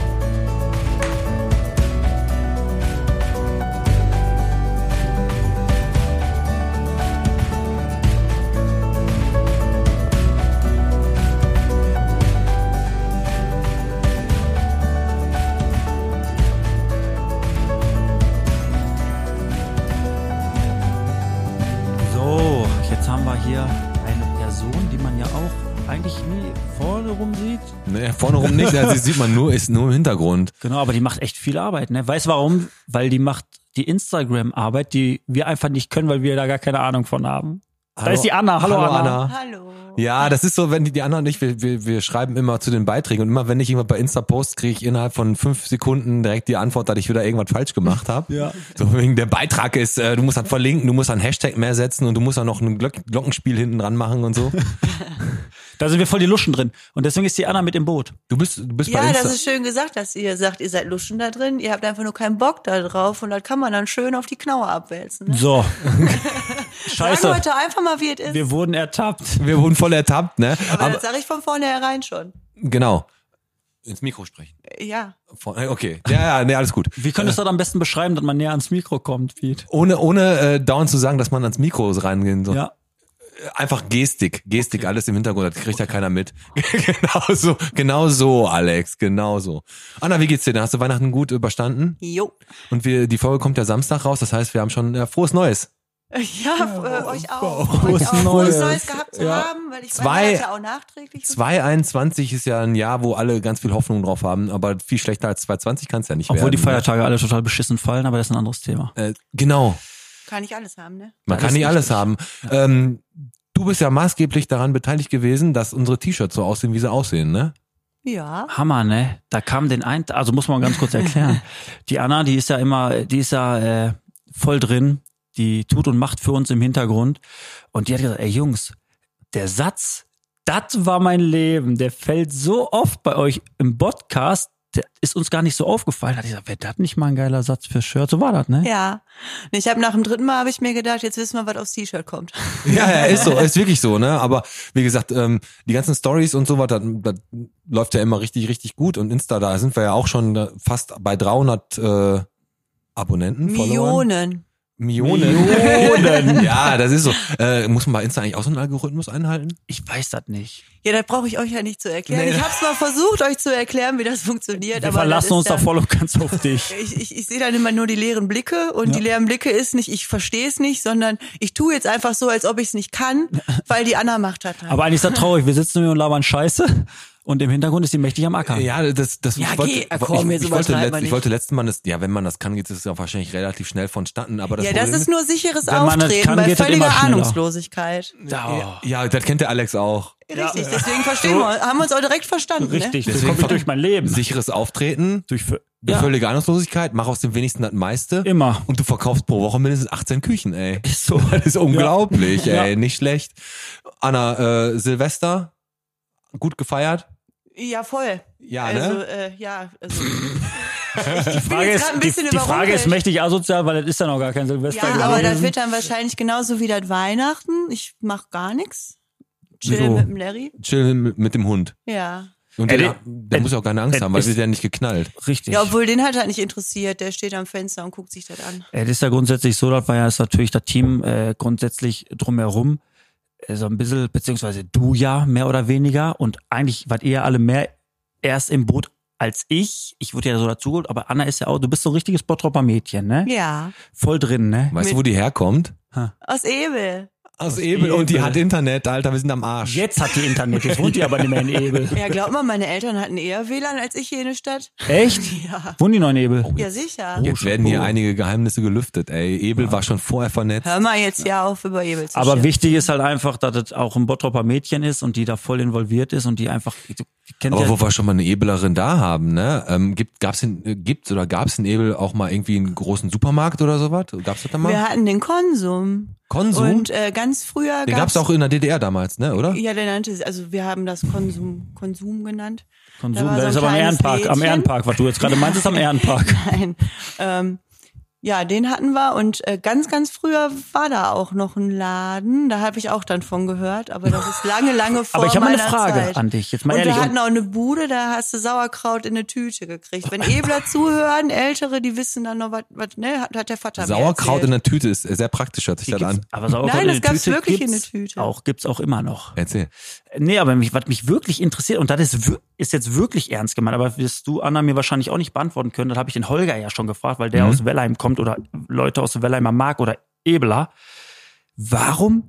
So, jetzt haben wir hier eine Person, die man ja auch eigentlich nie vorne rum sieht. Nee, vorne rum nicht. Also, sieht man nur, ist nur im Hintergrund. Genau, aber die macht echt viel Arbeit, ne? Weißt du warum? Weil die macht die Instagram-Arbeit, die wir einfach nicht können, weil wir da gar keine Ahnung von haben. da ist die Anna. Hallo, Anna. Hallo. Ja, das ist so, wenn die, die anderen nicht, wir, wir, wir schreiben immer zu den Beiträgen und immer wenn ich irgendwas bei Insta post, kriege ich innerhalb von fünf Sekunden direkt die Antwort, dass ich wieder irgendwas falsch gemacht habe. Ja. So wegen der Beitrag ist, äh, du musst dann verlinken, du musst dann Hashtag mehr setzen und du musst dann noch ein Glock Glockenspiel hinten dran machen und so. Da sind wir voll die Luschen drin. Und deswegen ist die Anna mit im Boot. Du bist, du bist bei Ja, Insta. das ist schön gesagt, dass ihr sagt, ihr seid Luschen da drin, ihr habt einfach nur keinen Bock da drauf und das kann man dann schön auf die Knauer abwälzen. Ne? So. Sagen Scheiße. Leute einfach mal, wie es ist. Wir wurden ertappt. wir wurden voll ertappt, ne? aber, Aber, das sage ich von vornherein schon. genau. Ins Mikro sprechen. Ja. Von- Okay. Ja, ja, nee, alles gut. Wie könntest du das am besten beschreiben, dass man näher ans Mikro kommt, Pete? Ohne, ohne äh, dauernd zu sagen, dass man ans Mikro reingehen soll. Ja. einfach Gestik, Gestik, alles im Hintergrund, das kriegt ja keiner mit. genau so, genau so, Alex, genau so. Anna, wie geht's dir denn? Hast du Weihnachten gut überstanden? Jo. Und wir, die Folge kommt ja Samstag raus, das heißt, wir haben schon äh, frohes Neues. Ja, äh, euch auch. Frohes Euch auch. Neues. Frohes Neues gehabt zu Ja. haben, weil ich Zwei- weihnachte auch nachträglich. 2021 ist ja ein Jahr, wo alle ganz viel Hoffnung drauf haben, aber viel schlechter als 2020 kann's ja nicht Obwohl werden. die Feiertage alle total beschissen fallen, aber das ist ein anderes Thema. Äh, genau, Kann ich alles haben, ne? man Das kann ist nicht alles haben. Ähm, du bist ja maßgeblich daran beteiligt gewesen, dass unsere T-Shirts so aussehen, wie sie aussehen, ne? Ja. Hammer, ne? Da kam den ein, also muss man ganz kurz erklären. Die Anna, die ist ja immer, die ist ja äh, voll drin, die tut und macht für uns im Hintergrund. Und die hat gesagt, ey Jungs, der Satz, das war mein Leben, der fällt so oft bei euch im Podcast, der ist uns gar nicht so aufgefallen. Da hat die gesagt, wäre das nicht mal ein geiler Satz für Shirt? So war das, ne? Ja. Und ich habe nach dem dritten Mal habe ich mir gedacht, jetzt wissen wir, was aufs T-Shirt kommt. Ja, ja, ist so, ist wirklich so, ne? Aber wie gesagt, ähm, die ganzen Stories und so was, das, das läuft ja immer richtig, richtig gut. Und Insta, da sind wir ja auch schon äh, fast bei 300 äh, Abonnenten, Followern. Millionen. Millionen. Millionen. ja, das ist so. Äh, muss man bei Insta eigentlich auch so einen Algorithmus einhalten? Ich weiß das nicht. Ja, das brauche ich euch ja nicht zu erklären. Nee. ich habe es mal versucht, euch zu erklären, wie das funktioniert. Wir aber das verlassen ist uns da dann- voll und ganz auf dich. Ich, ich, ich sehe dann immer nur die leeren Blicke und die leeren Blicke ist nicht, ich verstehe es nicht, sondern ich tue jetzt einfach so, als ob ich es nicht kann, weil die Anna macht halt. hat. Aber eigentlich ist das traurig. Wir sitzen hier und labern Scheiße und im Hintergrund ist die mächtig am Acker. Ja, das, das Ja, ich wollte, geh, komm, ich, jetzt ich, wollte übertreiben wir letzt, ich nicht. wollte letztes Mal, das, ja, wenn man das kann, geht es ja wahrscheinlich relativ schnell vonstatten. Aber das ja, das Problem ist nur sicheres Wenn man das Auftreten kann, bei geht das immer völliger schneller. Ahnungslosigkeit. Da. ja, das kennt der Alex auch. Richtig, deswegen verstehen wir, haben wir uns auch direkt verstanden. ne? Richtig, Deswegen so komme ich ver- durch mein Leben. Sicheres Auftreten, durch ja. völlige Ahnungslosigkeit, mach aus dem wenigsten das meiste. Immer. Und du verkaufst pro Woche mindestens 18 Küchen, ey. Ist so. Das ist unglaublich, Ja. ey. Nicht schlecht. Anna, äh, Silvester, gut gefeiert. Ne? Ja, voll. Ja, also, ne? äh, ja, also. Ich Die Frage, jetzt grad ist, ein die, bisschen die Frage ist überrumpelt. mächtig asozial, weil das ist ja noch gar kein Silvester. Ja, gewesen. aber das wird dann wahrscheinlich genauso wie das Weihnachten. Ich mach gar nichts. Chill Wieso? mit dem Larry. Chill mit, mit dem Hund. Ja. Und Ey, der, die- der ey, muss ja auch keine Angst ey, haben, weil ist- wir werden nicht geknallt. richtig. Ja, obwohl den hat halt nicht interessiert. Der steht am Fenster und guckt sich das an. Ey, das ist ja grundsätzlich so, das war ja ist natürlich das Team äh, grundsätzlich drumherum äh, so ein bisschen, beziehungsweise du ja mehr oder weniger und eigentlich wart ihr ja alle mehr erst im Boot als ich. Ich wurde ja so dazugeholt, aber Anna ist ja auch, du bist so ein richtiges Bottropper-Mädchen, ne? Ja. Voll drin, ne? Weißt du, wo die herkommt? Aus Ebel. Aus Ebel. Und die Ebel. hat Internet, Alter, wir sind am Arsch. Jetzt hat die Internet, jetzt wohnt die aber nicht mehr in Ebel. Ja, glaub mal, meine Eltern hatten eher WLAN als ich hier in der Stadt. Echt? Ja. Oh, Wohnt die noch in Ebel? Ja, sicher. Jetzt werden hier einige Geheimnisse gelüftet, ey. Ebel war schon vorher vernetzt. Hör mal jetzt ja auf, über Ebel zu Aber schimpfen. wichtig ist halt einfach, dass es auch ein Bottropper Mädchen ist und die da voll involviert ist und die einfach, die kennt Aber ja- wo wir schon mal eine Ebelerin da haben, ne? Ähm, gibt, gab's in, äh, gibt's oder gab's in Ebel auch mal irgendwie einen großen Supermarkt oder sowas? Gab's das da mal? Wir hatten den Konsum. Konsum? Und äh, ganz früher Den gab's auch in der DDR damals, ne, oder? Ja, der nannte es, also wir haben das Konsum, Konsum genannt. Konsum, war das so ein ist aber am kleines Ehrenpark, am Lädchen. Ehrenpark, was du jetzt gerade meintest, am Ehrenpark. Nein. Ähm, ja, den hatten wir und äh, ganz, ganz früher war da auch noch ein Laden. Da habe ich auch dann von gehört, aber das ist lange, lange vor Aber ich habe mal eine meiner Frage Zeit. an dich, jetzt mal und ehrlich. wir Und- hatten auch eine Bude, da hast du Sauerkraut in eine Tüte gekriegt. Wenn Ebler zuhören, Ältere, die wissen dann noch, was, was ne, hat, hat der Vater Sauerkraut mir in erzählt. der Tüte ist äh, sehr praktisch, hört sich Die das gibt's- an. Aber Sauerkraut Nein, in das der gab's Tüte wirklich in gibt's der Tüte. Auch, gibt's auch immer noch. Erzähl. Nee, aber mich, was mich wirklich interessiert, und das ist, wir- ist jetzt wirklich ernst gemeint, aber wirst du, Anna, mir wahrscheinlich auch nicht beantworten können, das habe ich den Holger ja schon gefragt, weil Mhm. der aus Wellheim kommt oder Leute aus Wellheim am Mark oder Ebeler. Warum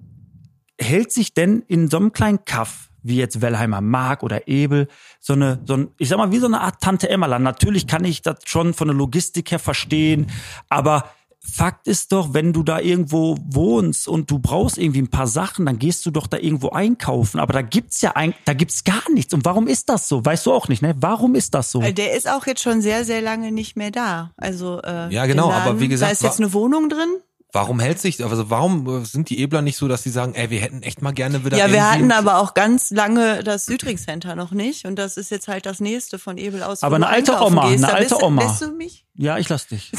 hält sich denn in so einem kleinen Kaff, wie jetzt Wellheimer Mark oder Ebel, so eine, so ein, ich sag mal, wie so eine Art Tante Emmerland. Natürlich kann ich das schon von der Logistik her verstehen, aber Fakt ist doch, wenn du da irgendwo wohnst und du brauchst irgendwie ein paar Sachen, dann gehst du doch da irgendwo einkaufen. Aber da gibt's ja ein, da gibt's gar nichts. Und warum ist das so? Weißt du auch nicht, ne? Warum ist das so? Äh, Der ist auch jetzt schon sehr, sehr lange nicht mehr da. Also äh, Ja, genau, den aber Laden, wie gesagt, da ist wa- jetzt eine Wohnung drin. Warum hält sich, also warum äh, sind die Ebler nicht so, dass sie sagen, ey, wir hätten echt mal gerne wieder Ja, wir irgendwie- hatten aber auch ganz lange das Südring Center noch nicht und das ist jetzt halt das nächste von Ebel aus. wo Aber du eine alte einkaufen Oma, gehst. eine Da bist alte du- Oma. Lässt du mich? Ja, ich lass dich.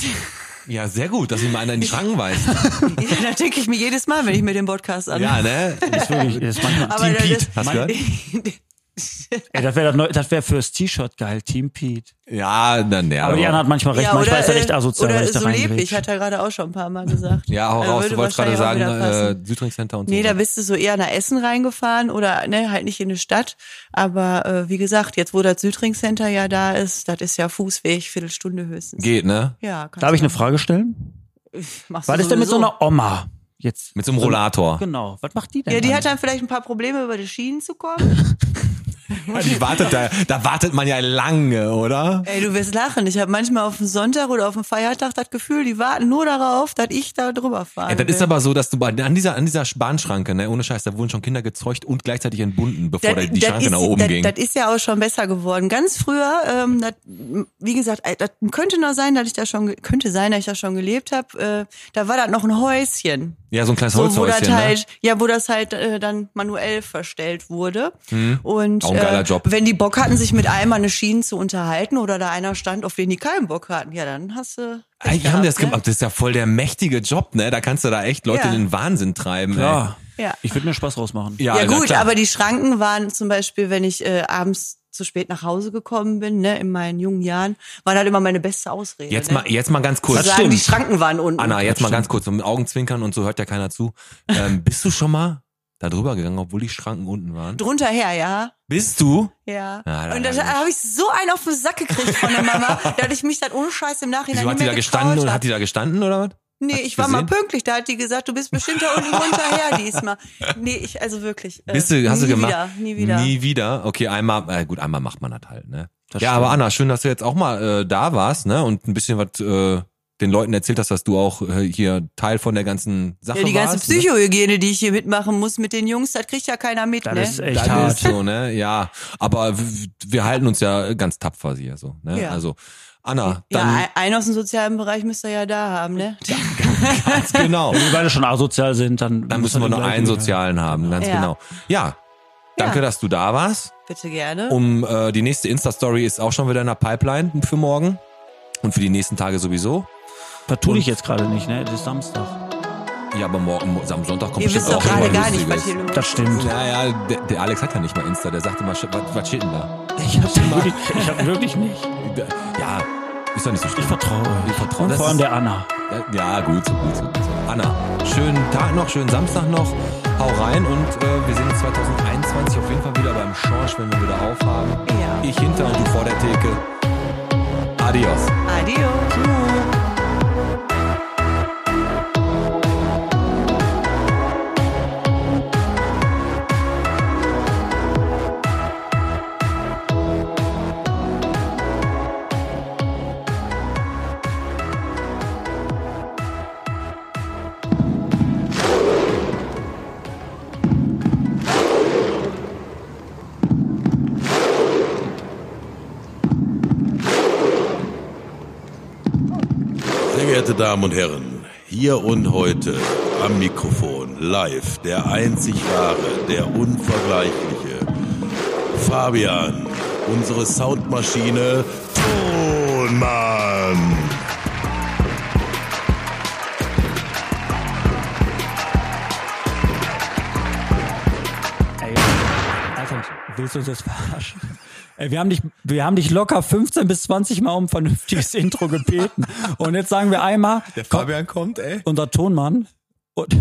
Ja, sehr gut, dass sie mal einer in die Schranken weist. Ja, da denke ich mir jedes Mal, wenn ich mir den Podcast an. ja, ne? Das ist wirklich, das ist manchmal, Aber Team da- Pete, das- hast du gehört? ey, das wäre das, neu- das wär fürs T-Shirt geil, Team Pete. Ja, dann, ja. Aber die Anna hat manchmal recht, ja, manchmal oder, ist er echt äh, asozial, oder weil ich da so leblich, reingrätsche. hat er gerade auch schon ein paar Mal gesagt. ja, hau Also raus, würde du wolltest gerade sagen, wahrscheinlich auch wieder äh, passen. Südring Center und so. Nee, da bist du so eher nach Essen reingefahren oder ne, halt nicht in eine Stadt. Aber äh, wie gesagt, jetzt wo das Südring Center ja da ist, das ist ja Fußweg, Viertelstunde höchstens. Geht, ne? Ja, kannst Darf ich du eine Frage stellen? machst Was du ist denn mit so sowieso. einer Oma jetzt? Mit so einem Rollator. Genau, was macht die denn? Ja, die dann? hat halt- dann vielleicht ein paar Probleme, über die Schienen zu kommen. Die wartet da, da wartet man ja lange, oder? Ey, du wirst lachen. Ich habe manchmal auf dem Sonntag oder auf dem Feiertag das Gefühl, die warten nur darauf, dass ich da drüber fahre. Ey, das ist aber so, dass du bei, an dieser, an dieser Bahnschranke, ne, ohne Scheiß, da wurden schon Kinder gezeugt und gleichzeitig entbunden, bevor die Schranke ist, nach oben das, ging. Das ist ja auch schon besser geworden. Ganz früher, ähm, das, wie gesagt, äh, das könnte noch sein, dass ich da schon ge- könnte sein, dass ich da schon gelebt habe. Äh, da war das noch ein Häuschen. ja, so ein kleines So, wo das Holzhäuschen, halt, ne? ja, wo das halt äh, dann manuell verstellt wurde. Und Mhm. Auch ein geiler äh, Job. wenn die Bock hatten, sich mit einem an eine Schienen zu unterhalten oder da einer stand, auf den die keinen Bock hatten, ja, dann hast du. Pech Eigentlich haben die das gehabt, ne? gemacht. Das ist ja voll der mächtige Job, ne? Da kannst du da echt Leute Ja. in den Wahnsinn treiben, Ja. Ja. Ich würde mir Spaß rausmachen. ey. Ja, na gut, klar. aber die Schranken waren zum Beispiel, wenn ich äh, abends zu spät nach Hause gekommen bin, ne, in meinen jungen Jahren, war das immer meine beste Ausrede. Jetzt ne? mal, jetzt mal ganz kurz. Zu sagen, die Schranken waren unten. Anna, jetzt mal ganz kurz, um Augenzwinkern und so hört ja keiner zu. Ähm, bist du schon mal da drüber gegangen, obwohl die Schranken unten waren? Drunter her, ja. Bist du? Ja. Ja, da- und da- da habe ich so einen auf den Sack gekriegt von der Mama, dass ich mich dann ohne Scheiß im Nachhinein Wieso hat nicht die mehr da gestanden getraut und hab. hat die da gestanden oder was? Nee, Hat sie ich war mal gesehen? pünktlich. Da hat die gesagt, du bist bestimmt da unten runterher diesmal. Nee, ich, also wirklich. Äh, Bist du, hast nie du gemacht? Wieder, nie wieder. Nie wieder. Okay, einmal, äh, gut, einmal macht man das halt, ne? ja, aber Anna, schön, dass du jetzt auch mal äh, da warst, ne? Und ein bisschen was äh, den Leuten erzählt hast, dass du auch äh, hier Teil von der ganzen Sache Ja, die ganze warst. ne? Psychohygiene, die ich hier mitmachen muss mit den Jungs, das kriegt ja keiner mit, Das ne? ist echt Das hart. ist so, ne? Ja. Aber w- wir halten uns ja ganz tapfer hier so, ne? Ja. Also, Anna, ja, dann ein- einen aus dem sozialen Bereich müsst ihr ja da haben, ne? ganz genau. Wenn wir beide schon asozial sind, dann, Dann müssen wir den nur gleichen einen gehören. sozialen haben, ganz Ja. genau. Ja. Danke, Ja. dass du da warst. Bitte gerne. Um äh, die nächste Insta-Story ist auch schon wieder in der Pipeline für morgen. Und für die nächsten Tage sowieso. Das tue ich jetzt gerade nicht, ne? Es ist Samstag. Ja, aber morgen, mo- am Sonntag kommt Ihr wisst bestimmt doch auch gerade irgendwas gar nicht, was Lustiges. hier los Das stimmt. Naja, der, der Alex hat ja nicht mal Insta, der sagt immer, "Sch- was, was steht denn da? Ich hab, wirklich, ich hab wirklich nicht. Ja, ist doch nicht so schlimm. Ich vertraue euch. Ich vertraue. Und Das vor allem ist- der Anna. Ja, gut, so gut, so gut. Anna, schönen Tag noch, schönen Samstag noch. Hau rein und äh, wir sehen uns 2021 auf jeden Fall wieder beim Schorsch, wenn wir wieder aufhaben. Ja. Ich hinter und du vor der Theke. Adios. Adios. Sehr geehrte Damen und Herren, hier und heute am Mikrofon live der einzig wahre, der unvergleichliche Fabian, unsere Soundmaschine Tonmann. Ey, Alter, willst du uns jetzt verarschen? Ey, wir, haben dich, wir haben dich locker 15 bis 20 Mal um ein vernünftiges Intro gebeten. Und jetzt sagen wir einmal, Der Fabian kommt, ey. unser Tonmann. Und,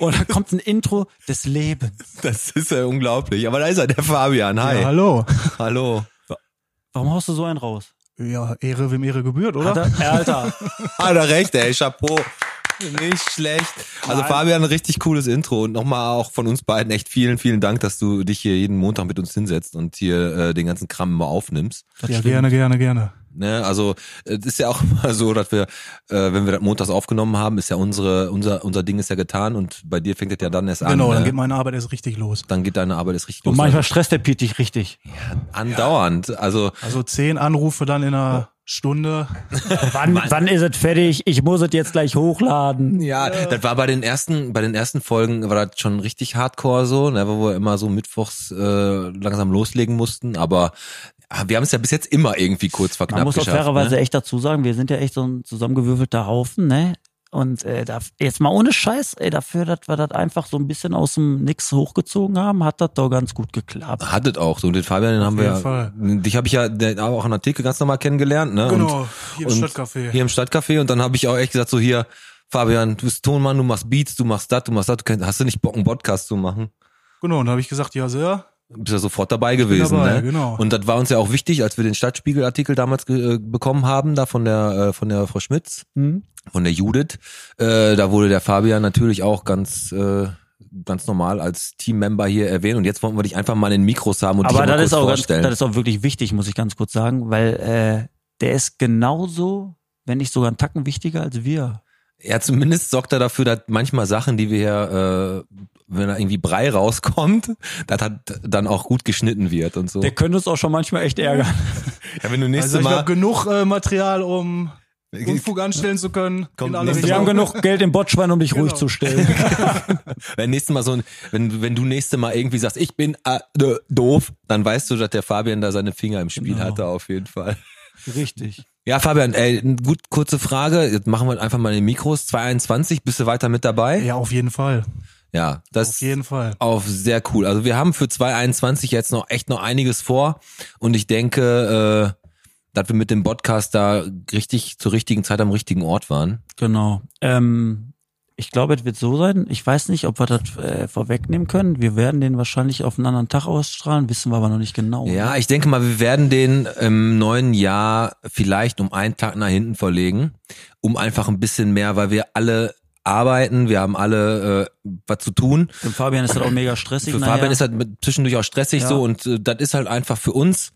und da kommt ein Intro des Lebens. Das ist ja unglaublich. Aber da ist er, der Fabian. Hi. Ja, hallo. Hallo. Warum haust du so einen raus? Ja, Ehre, wem Ehre gebührt, oder? Hat er, Ey, Alter, Ah, da recht, ey. Chapeau. Nicht schlecht. Also Nein. Fabian, ein richtig cooles Intro und nochmal auch von uns beiden echt vielen, vielen Dank, dass du dich hier jeden Montag mit uns hinsetzt und hier äh, den ganzen Kram mal aufnimmst. ja, gerne, gerne, gerne. Ne, also es ist ja auch mal so, dass wir, äh, wenn wir das montags aufgenommen haben, ist ja unsere, unser, unser Ding ist ja getan und bei dir fängt das ja dann erst an. Genau, dann ne? geht meine Arbeit erst richtig los. dann geht deine Arbeit erst richtig und los. manchmal stresst der Piet dich richtig. andauernd. Also Also zehn Anrufe dann in einer Stunde. Wann, wann ist es fertig? Ich muss es jetzt gleich hochladen. Ja, das war bei den ersten, bei den ersten Folgen war das schon richtig hardcore so, ne, wo wir immer so mittwochs äh, langsam loslegen mussten, aber ah, wir haben es ja bis jetzt immer irgendwie kurz Man verknappt muss auch geschafft. fairerweise ne? echt dazu sagen, wir sind ja echt so ein zusammengewürfelter Haufen, ne? Und äh, da, jetzt mal ohne Scheiß, ey, dafür, dass wir das einfach so ein bisschen aus dem Nix hochgezogen haben, hat das doch ganz gut geklappt. Hattet auch so. Und den Fabian, den haben wir jeden ja, Fall. dich habe ich ja der- auch an der Theke ganz normal kennengelernt, ne? Genau, und, hier im und Stadtcafé. Hier im Stadtcafé und dann habe ich auch echt gesagt so hier, Fabian, du bist Tonmann, du machst Beats, du machst das, du machst das, du kennst- hast du nicht Bock, einen Podcast zu machen? Genau, und da habe ich gesagt, ja, sehr. bist ja sofort dabei gewesen. dabei, ne? genau. Und das war uns ja auch wichtig, als wir den Stadtspiegelartikel damals ge- äh, bekommen haben, da von der äh, von der Frau Schmitz, Hm? von der Judith. Äh, da wurde der Fabian natürlich auch ganz äh, ganz normal als Teammember hier erwähnt. Und jetzt wollten wir dich einfach mal in Mikros haben und dich Aber mal das kurz ist, auch ganz, vorstellen. das ist auch wirklich wichtig, muss ich ganz kurz sagen, weil äh, der ist genauso, wenn nicht sogar einen Tacken wichtiger als wir. ja, zumindest sorgt er dafür, dass manchmal Sachen, die wir hier, äh, wenn da irgendwie Brei rauskommt, dass das dann auch gut geschnitten wird und so. Der könnte uns auch schon manchmal echt ärgern. ja, wenn du nächstes Also ich habe genug äh, Material, um Unfug anstellen zu können. Kommt in alle nächste Wir haben Richtungen. genug Geld im Botschwein, um dich Genau. ruhig zu stellen. Wenn nächstes Mal so ein, wenn, wenn du nächstes Mal irgendwie sagst, ich bin äh, dö- doof, dann weißt du, dass der Fabian da seine Finger im Spiel Genau. hatte, auf jeden Fall. Richtig. Ja, Fabian, ey, gut, kurze Frage. Jetzt machen wir einfach mal den Mikros. 221, bist du weiter mit dabei? Ja, auf jeden Fall. Ja, das Auf jeden Fall. auf sehr cool. Also wir haben für 221 jetzt noch echt noch einiges vor und ich denke, äh, dass wir mit dem Podcast da richtig zur richtigen Zeit am richtigen Ort waren. Genau. Ähm, ich glaube, es wird so sein. Ich weiß nicht, ob wir das äh, vorwegnehmen können. Wir werden den wahrscheinlich auf einen anderen Tag ausstrahlen, wissen wir aber noch nicht genau. Ja, ich denke mal, wir werden den im neuen Jahr vielleicht um einen Tag nach hinten verlegen, um einfach ein bisschen mehr, weil wir alle arbeiten, wir haben alle äh, was zu tun. Für Fabian ist das auch mega stressig. Für nachher. Fabian ist das mit, zwischendurch auch stressig Ja. so und äh, das ist halt einfach für uns.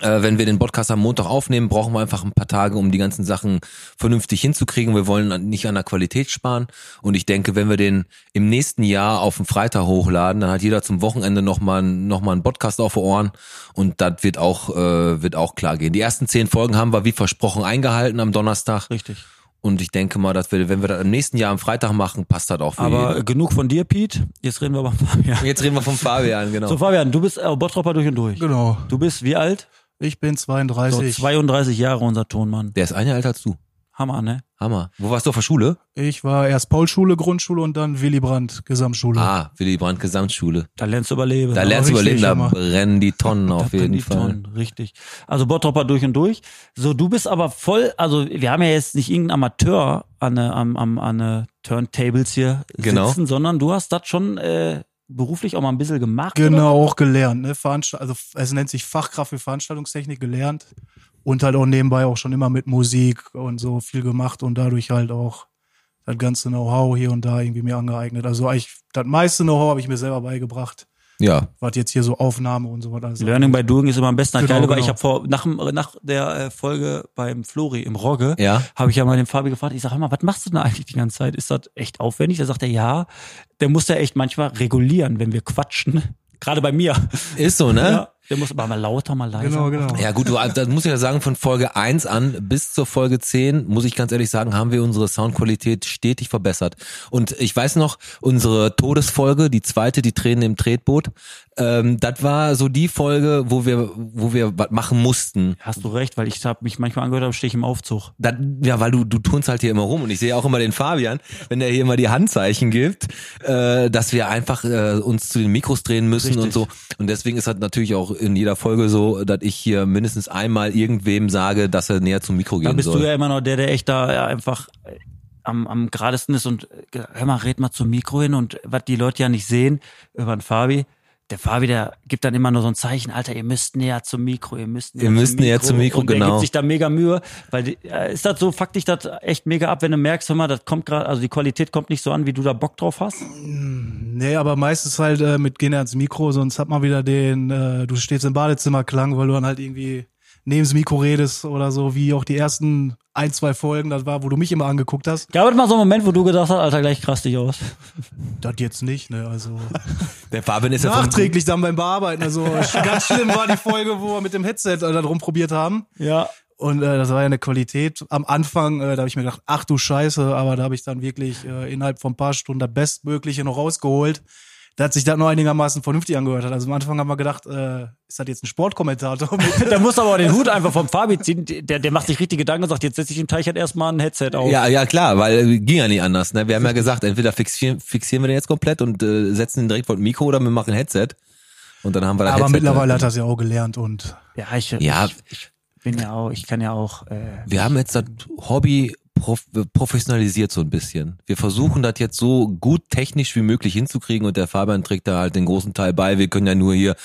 Äh, wenn wir den Podcast am Montag aufnehmen, brauchen wir einfach ein paar Tage, um die ganzen Sachen vernünftig hinzukriegen. Wir wollen an- nicht an der Qualität sparen. Und ich denke, wenn wir den im nächsten Jahr auf den Freitag hochladen, dann hat jeder zum Wochenende nochmal noch mal einen Podcast auf den Ohren. Und das wird auch, äh, wird auch klar gehen. Die ersten zehn Folgen haben wir wie versprochen eingehalten am Donnerstag. richtig. Und ich denke mal, dass wir, wenn wir das im nächsten Jahr am Freitag machen, passt das auch für Aber jeden. genug von dir, Pete. Jetzt reden wir über Fabian. Jetzt reden wir von Fabian, genau. So, Fabian, du bist äh, Bottropper durch und durch. Genau. Du bist wie alt? Ich bin So 32. 32 Jahre, unser Tonmann. Der ist ein Jahr älter als du. Hammer, ne? Hammer. Wo warst du auf der Schule? ich war erst Paulschule, Grundschule und dann Willy Brandt, Gesamtschule. Ah, Willy Brandt Gesamtschule. Da lernst du überleben. Da lernst du richtig, überleben, da Hammer. brennen die Tonnen auf Dann jeden die Fall. Tonnen, richtig. Also Bottropper durch und durch. So, du bist aber voll, also wir haben ja jetzt nicht irgendeinen Amateur an, eine- am, am, an eine Turntables hier Genau. sitzen, sondern du hast das schon äh, beruflich auch mal ein bisschen gemacht. Genau, auch gelernt. Ne? Veranst also es nennt sich Fachkraft für Veranstaltungstechnik gelernt und halt auch nebenbei auch schon immer mit Musik und so viel gemacht und dadurch halt auch das ganze Know-how hier und da irgendwie mir angeeignet. Also eigentlich das meiste Know-how habe ich mir selber beigebracht, Ja. was jetzt hier so Aufnahme und so was. alles Learning by Doing ist immer am besten. Genau, Geil, weil genau. ich habe vor nach, dem- nach der äh, Folge beim Flori im Rogge Ja. habe ich ja mal den Fabi gefragt. Ich sage mal, was machst du denn eigentlich die ganze Zeit? Ist das echt aufwendig? Da sagt er ja. Der muss ja echt manchmal regulieren, wenn wir quatschen. Gerade bei mir. Ist so, ne? Ja. Der muss aber mal lauter, mal leiser. Genau, genau. Ja gut, du, das muss ich ja sagen, von Folge 1 an bis zur Folge 10, muss ich ganz ehrlich sagen, haben wir unsere Soundqualität stetig verbessert. Und ich weiß noch, unsere Todesfolge, die zweite, die Tränen im Tretboot, ähm, das war so die Folge, wo wir, wo wir was machen mussten. Hast du recht, weil ich hab mich manchmal angehört habe, stehe ich im Aufzug. Das, ja, weil du, du turnst halt hier immer rum und ich sehe auch immer den Fabian, wenn der hier immer die Handzeichen gibt, äh, dass wir einfach äh, uns zu den Mikros drehen müssen und Richtig. so. Und deswegen ist das natürlich auch in jeder Folge so, dass ich hier mindestens einmal irgendwem sage, dass er näher zum Mikro Da gehen bist soll. du ja immer noch der, der echt da ja, einfach äh, am, am geradesten ist und äh, hör mal, red mal zum Mikro hin und was die Leute ja nicht sehen über den Fabi. Der Fabi, der gibt dann immer nur so ein Zeichen, Alter, ihr müsst näher zum Mikro, ihr müsst näher, Ihr müsst näher zum Mikro, und Der genau. gibt sich da mega Mühe, weil die, äh, ist das so, fuck dich das echt mega ab, wenn du merkst, hör mal, das kommt gerade, also die Qualität kommt nicht so an, wie du da Bock drauf hast. Nee, aber meistens halt äh, mit gehen ans Mikro, sonst hat man wieder den, äh, du stehst im Badezimmer klang, weil du dann halt irgendwie nebens Mikro redest oder so, wie auch die ersten ein, zwei Folgen, das war, wo du mich immer angeguckt hast. Gab es mal so einen Moment, wo du gedacht hast, Alter, gleich krass dich aus. Das jetzt nicht, ne, also. Der Fabian ist ja vom, Nachträglich dann beim Bearbeiten, also ganz schlimm war die Folge, wo wir mit dem Headset äh, dann rumprobiert haben. Ja. Und äh, das war ja eine Qualität. Am Anfang, äh, da habe ich mir gedacht, ach du Scheiße, aber da habe ich dann wirklich äh, innerhalb von ein paar Stunden das Bestmögliche noch rausgeholt, dass sich das noch einigermaßen vernünftig angehört hat. Also am Anfang haben wir gedacht, äh, ist das jetzt ein Sportkommentator? Da muss aber auch den Hut einfach vom Fabi ziehen. Der, der macht sich richtig Gedanken und sagt, jetzt setze ich dem Teichert erstmal ein Headset auf. ja, ja klar, weil äh, ging ja nicht anders. Ne? Wir haben ja gesagt, entweder fixieren, fixieren wir den jetzt komplett und äh, setzen ihn direkt vor das Mikro oder wir machen ein Headset. Und dann haben wir das aber Headset. mittlerweile hat das ja auch gelernt und Ja, ich, Ja. ich, ich bin ja auch, ich kann ja auch. Äh, wir haben jetzt das Hobby prof professionalisiert so ein bisschen. Wir versuchen das jetzt so gut technisch wie möglich hinzukriegen und der Fabian trägt da halt den großen Teil bei. Wir können ja nur hier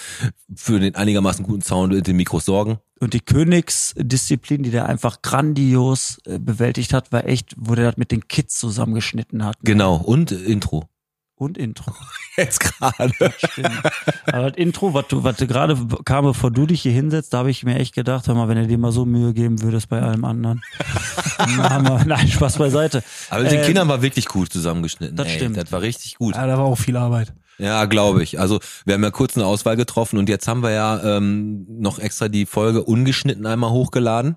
für den einigermaßen guten Sound in den Mikros sorgen. und die Königsdisziplin, die der einfach grandios äh, bewältigt hat, war echt, wo der das mit den Kids zusammengeschnitten hat. ne? Genau. Und äh, Intro. Und Intro. Jetzt gerade. Stimmt. Aber das Intro, was du, was du gerade kam, bevor du dich hier hinsetzt, da habe ich mir echt gedacht, hör mal, wenn du dir mal so Mühe geben würdest bei allem anderen. Na, Hammer. Nein, Spaß beiseite. Aber mit den Ähm, Kindern war wirklich gut zusammengeschnitten. das Ey, stimmt. Das war richtig gut. ja, da war auch viel Arbeit. Ja, glaube ich. Also wir haben ja kurz eine Auswahl getroffen und jetzt haben wir ja ähm, noch extra die Folge ungeschnitten einmal hochgeladen,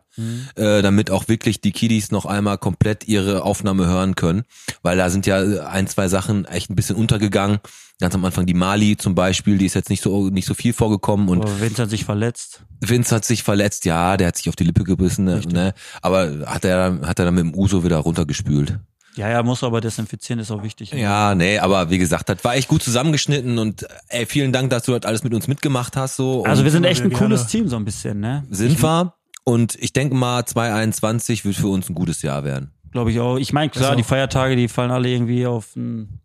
äh, damit auch wirklich die Kiddies noch einmal komplett ihre Aufnahme hören können, weil da sind ja äh, ein, zwei Sachen echt ein bisschen untergegangen. Ganz am Anfang die Mali zum Beispiel, die ist jetzt nicht so nicht so viel vorgekommen und Aber Vincent sich verletzt. Vince hat sich verletzt, ja, der hat sich auf die Lippe gebissen, ne, ne? aber hat er hat er dann mit dem Uso wieder runtergespült. Ja, ja, muss aber desinfizieren, ist auch wichtig. ne? Ja, nee, aber wie gesagt, das war echt gut zusammengeschnitten und äh, ey, vielen Dank, dass du das alles mit uns mitgemacht hast. So. Und Also wir sind echt ein Gerne. cooles Team so ein bisschen, ne? sind wir und ich denke mal, 2021 wird für uns ein gutes Jahr werden. Glaube ich auch. Ich meine, klar, Also- die Feiertage, die fallen alle irgendwie auf den...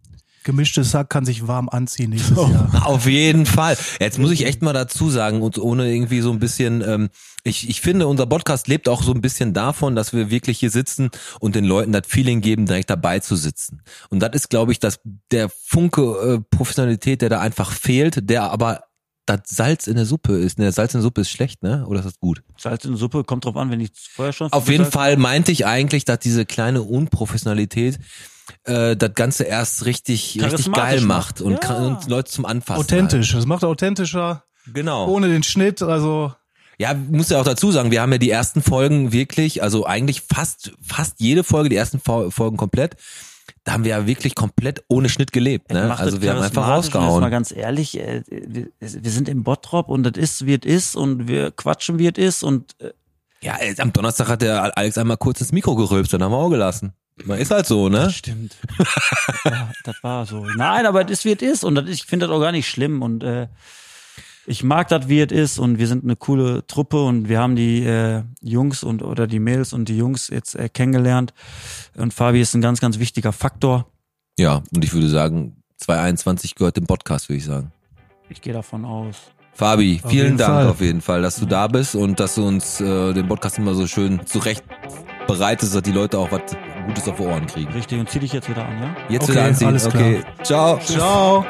Gemischtes Sack kann sich warm anziehen nächstes Jahr. Auf jeden Fall. Jetzt muss ich echt mal dazu sagen und ohne irgendwie so ein bisschen, ähm, ich, ich finde, unser Podcast lebt auch so ein bisschen davon, dass wir wirklich hier sitzen und den Leuten das Feeling geben, direkt dabei zu sitzen. Und das ist, glaube ich, dass der Funke äh, Professionalität, der da einfach fehlt, der aber das Salz in der Suppe ist. Ne, Salz in der Suppe ist schlecht, ne? Oder ist das gut? Salz in der Suppe, kommt drauf an, wenn ich vorher schon... Auf jeden Fall meinte ich eigentlich, dass diese kleine Unprofessionalität äh, das Ganze erst richtig, richtig Charismatisch geil macht. macht und, Ja. kra- und Leute zum Anfassen. Authentisch, das macht authentischer, Halt. Genau. ohne den Schnitt, also Ja, muss ja auch dazu sagen, wir haben ja die ersten Folgen wirklich, also eigentlich fast, fast jede Folge, die ersten Fo- Folgen komplett, da haben wir ja wirklich komplett ohne Schnitt gelebt. Ey, Ne? macht Also das wir haben einfach charismatisch und Jetzt mal rausgehauen. ganz ehrlich, äh, wir, wir sind im Bottrop und das ist, wie es ist und wir quatschen, wie es ist und äh, Ja, ey, am Donnerstag hat der Alex einmal kurz ins Mikro gerülpst, dann haben wir auch gelassen. Man ist halt so, ne? stimmt. das, war, das war so. Nein, aber das ist, wie es ist und das, ist- ich finde das auch gar nicht schlimm und äh, ich mag das, wie es ist und wir sind eine coole Truppe und wir haben die äh, Jungs und oder die Mädels und die Jungs jetzt äh, kennengelernt und Fabi ist ein ganz, ganz wichtiger Faktor. Ja, und ich würde sagen, 221 gehört dem Podcast, würde ich sagen. Ich gehe davon aus. Fabi, Auf vielen jeden Dank Fall. auf jeden Fall, dass du da bist und dass du uns äh, den Podcast immer so schön zurecht bereitest, dass die Leute auch was Gutes auf die Ohren kriegen. Richtig, und zieh dich jetzt wieder an, ja? Jetzt Okay, wieder anziehen. alles klar. okay, ciao. ciao.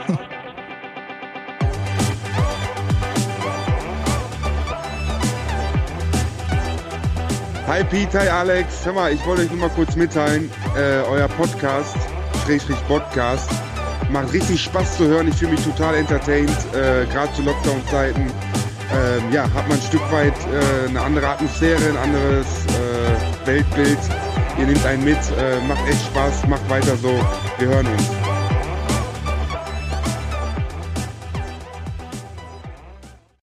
Hi Pete, hi Alex. Hör mal, ich wollte euch nur mal kurz mitteilen, äh, euer Podcast, Schrägstrich Podcast, macht richtig Spaß zu hören. Ich fühle mich total entertained, äh, gerade zu Lockdown-Zeiten. ähm, ja, hat man ein Stück weit äh, eine andere Atmosphäre, ein anderes äh, Weltbild. Ihr nehmt einen mit, äh, macht echt Spaß, macht weiter so. Wir hören uns.